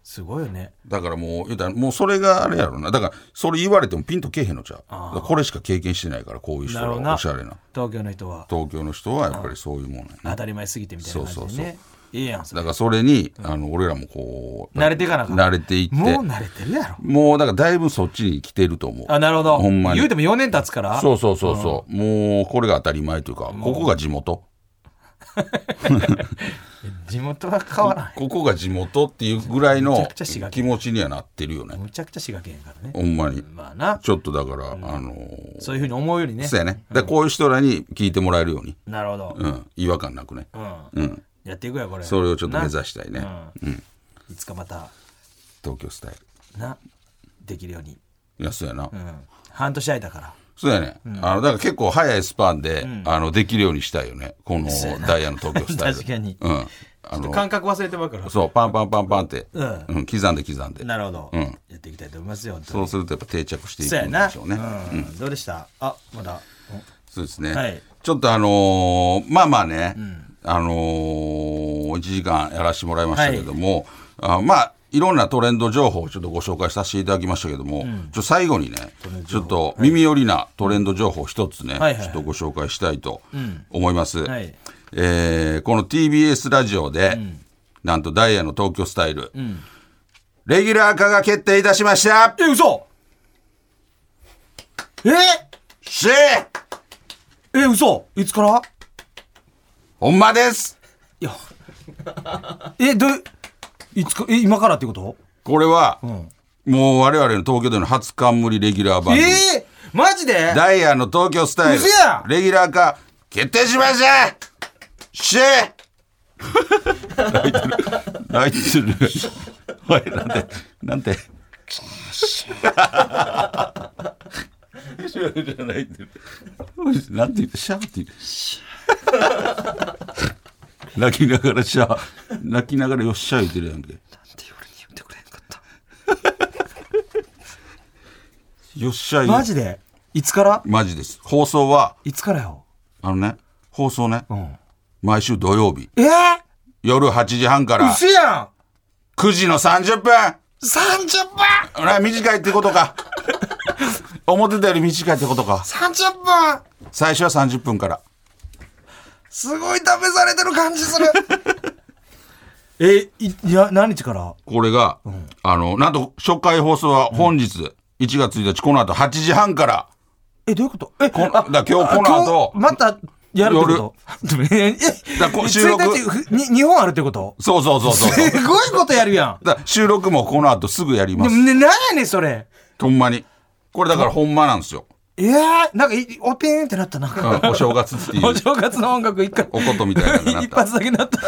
すごいよねだからもう、言うたらもうそれがあれやろな。だから、それ言われてもピンとけえへんのちゃう。だからこれしか経験してないから、こういう人なるほどはなおしゃれな。東京の人は東京の人はやっぱりそういうもんやね。当たり前すぎてみたいなそ感うじそでうねいいやんそれだからそれに、あの、俺らもこう、慣れていかなあかん慣れていって。もう慣れてるやろもうだからだいぶそっちに来てると思う。あなるほどほんまに。言うても4年経つからそうそうそうそう。もうこれが当たり前というか、ここが地元。地元は変わらないここが地元っていうぐらいめちのゃくちゃ滋賀気県持ちにはなってるよねむちゃくちゃ滋賀県やからねほんまにまあなちょっとだから、あのーそういうふうに思うよりねそうやねだからこういう人らに聞いてもらえるように、なるほど、うん、違和感なくねうんうんやっていくやこれそれをちょっと目指てしたいね、うんいつかまた東京スタイルなできるように、いやそうやな、うん、半年空いたからそうやね、あのだから結構早いスパンで、あのできるようにしたいよねこのダイヤの東京スタイル [LAUGHS] 確かにうん、あの感覚忘れてまうからそうパンパンパンパンって、ううんん刻んで刻んでなるほど、うんやっていきたいと思いますよ本当にそうするとやっぱ定着していそうくやんなでしょうねうんどうでしたあまだそうですね、はいちょっとあのーまあまあね、あのー、1時間やらせてもらいましたけども、あまあいろんなトレンド情報をちょっとご紹介させていただきましたけども、ちょ最後にねちょっと耳寄りなトレンド情報を一つはね、いはいはいちょっとご紹介したいと思います、はいえーこの TBS ラジオで、なんとダイヤの東京スタイル、レギュラー化が決定いたしましたえ嘘えしーえ嘘いつからほんまですいや [LAUGHS] えどういつかえ今からってことこれは、んもう我々の東京での初冠レギュラー番え組、えマジでダイヤの東京スタイル嘘やレギュラー化決定しましたシェー泣いてる泣いてるおいなんてなんてシェーじゃ泣いてるおいなんて言ってシャーって言って泣きながらシャー泣きながらよっしゃ言ってるやんけよっしゃ言うマジでいつからマジです放送はいつからよあのね、放送ね、ん毎週土曜日、えー、夜8時半から嘘やん9時の30分30分ほら、短いってことか。 [LAUGHS] 思ってたより短いってことか。 30分最初は30分から。すごい試されてる感じす [LAUGHS] るえいいや何日からこれが、あの、なんと初回放送は本日、1月1日、この後8時半から、えどういうことえこんだから今日あこの後今日またやるってことえだからこ収録1日に2本あるってことそうそうそうそうすそう。ごいことやるやんだから収録もこの後すぐやりま。ですもねなんやねんそれほんまに。これだからほんまなんですよ。えー、なんかいおてんってなったなんうんかお正月っていう [LAUGHS] お、正月の音楽一回おことみたいなのにな [LAUGHS] っ一た。だか発だけなった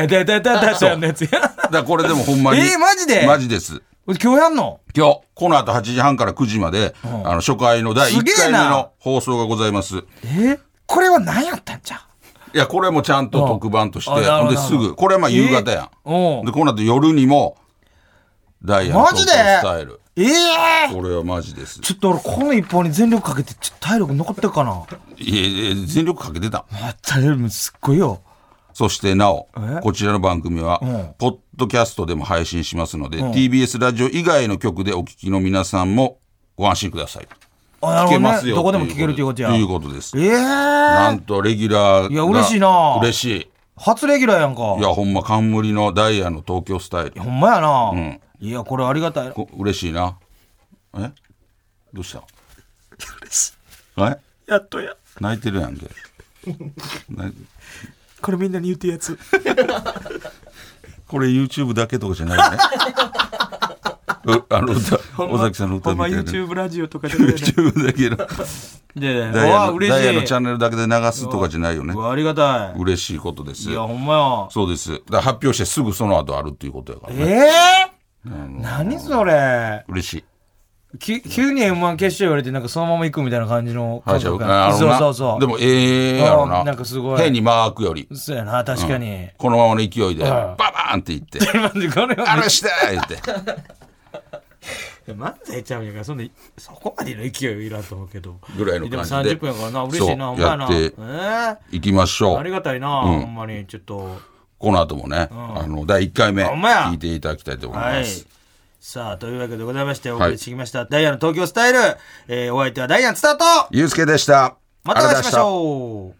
「ダダダダダちゃん」のやつやらこれでもほんまに。えーマジでマジです。今日やんの今日、この後8時半から9時まで、あの、初回の第1すげえ回な目の放送がございます。いえこれは何やったんじゃや、これもちゃんと特番として、ああなるほどほんで、なるすほどぐ、これはまあ夕方やん。おうで、この後夜にも、ダイヤのマジで東京スタイル。ええこれはマジです。ちょっと俺この一本に全力かけてちょっと体力残ってるかないやいや、全力かけてた。まあ体力すっごいよそしてなおえ、こちらの番組は、んポッドキャストでも配信しますので、TBS ラジオ以外の曲でお聴きの皆さんもご安心ください。あなる聞ほけどねますよ。どこでも聞けるということやということです。ええなんと、レギュラーが。いや嬉しいな嬉しい。初レギュラーやんかいや、ほんま、冠のダイヤの東京スタイル。ほんまやな、んいやこれありがたいなこ嬉しいな。えどうしたえやっとや泣いてるや [LAUGHS] んけ。なこれみんなに言ってやつこれ YouTube だけとかじゃない [LAUGHS] ね。うあの歌、尾崎さんの歌みたいな。YouTube ラジオとかでだけのでダイヤの嬉ダイヤのしチャいンネルだけで流すとかじゃないよねう。わありがたい嬉しいことですい。やほんまやそうです。だから発表してすぐその後あるっていうことやからね。ええ何それ嬉しい。き急に m 1決勝言われてなんかそのまま行くみたいな感じのは感い、じゃ覚あ、やあそうのそうなそうでも、ええやろうな。んなんかすごい変にマークより。そうやな確かに、このままの勢いで、んババーンって言って、 [LAUGHS] [LAUGHS] 待ってこれはあれして言って。漫才ちゃうんやからそんなそこまでの勢いはいらんと思うけどぐらいのでも感じで。 30分やからな嬉しいなそほんうまやなやっえてーいきましょありう。がたいな、ほんまにちょっとこの後もね、あの、第1回目、ほんまや聞いていただきたいと思いはまいす。さあというわけでございましておい送りしてきました、ダイアンの東京スタイル、えーお相手はダイアンスタートゆうすけでした。まありたお会がとうございいしましょう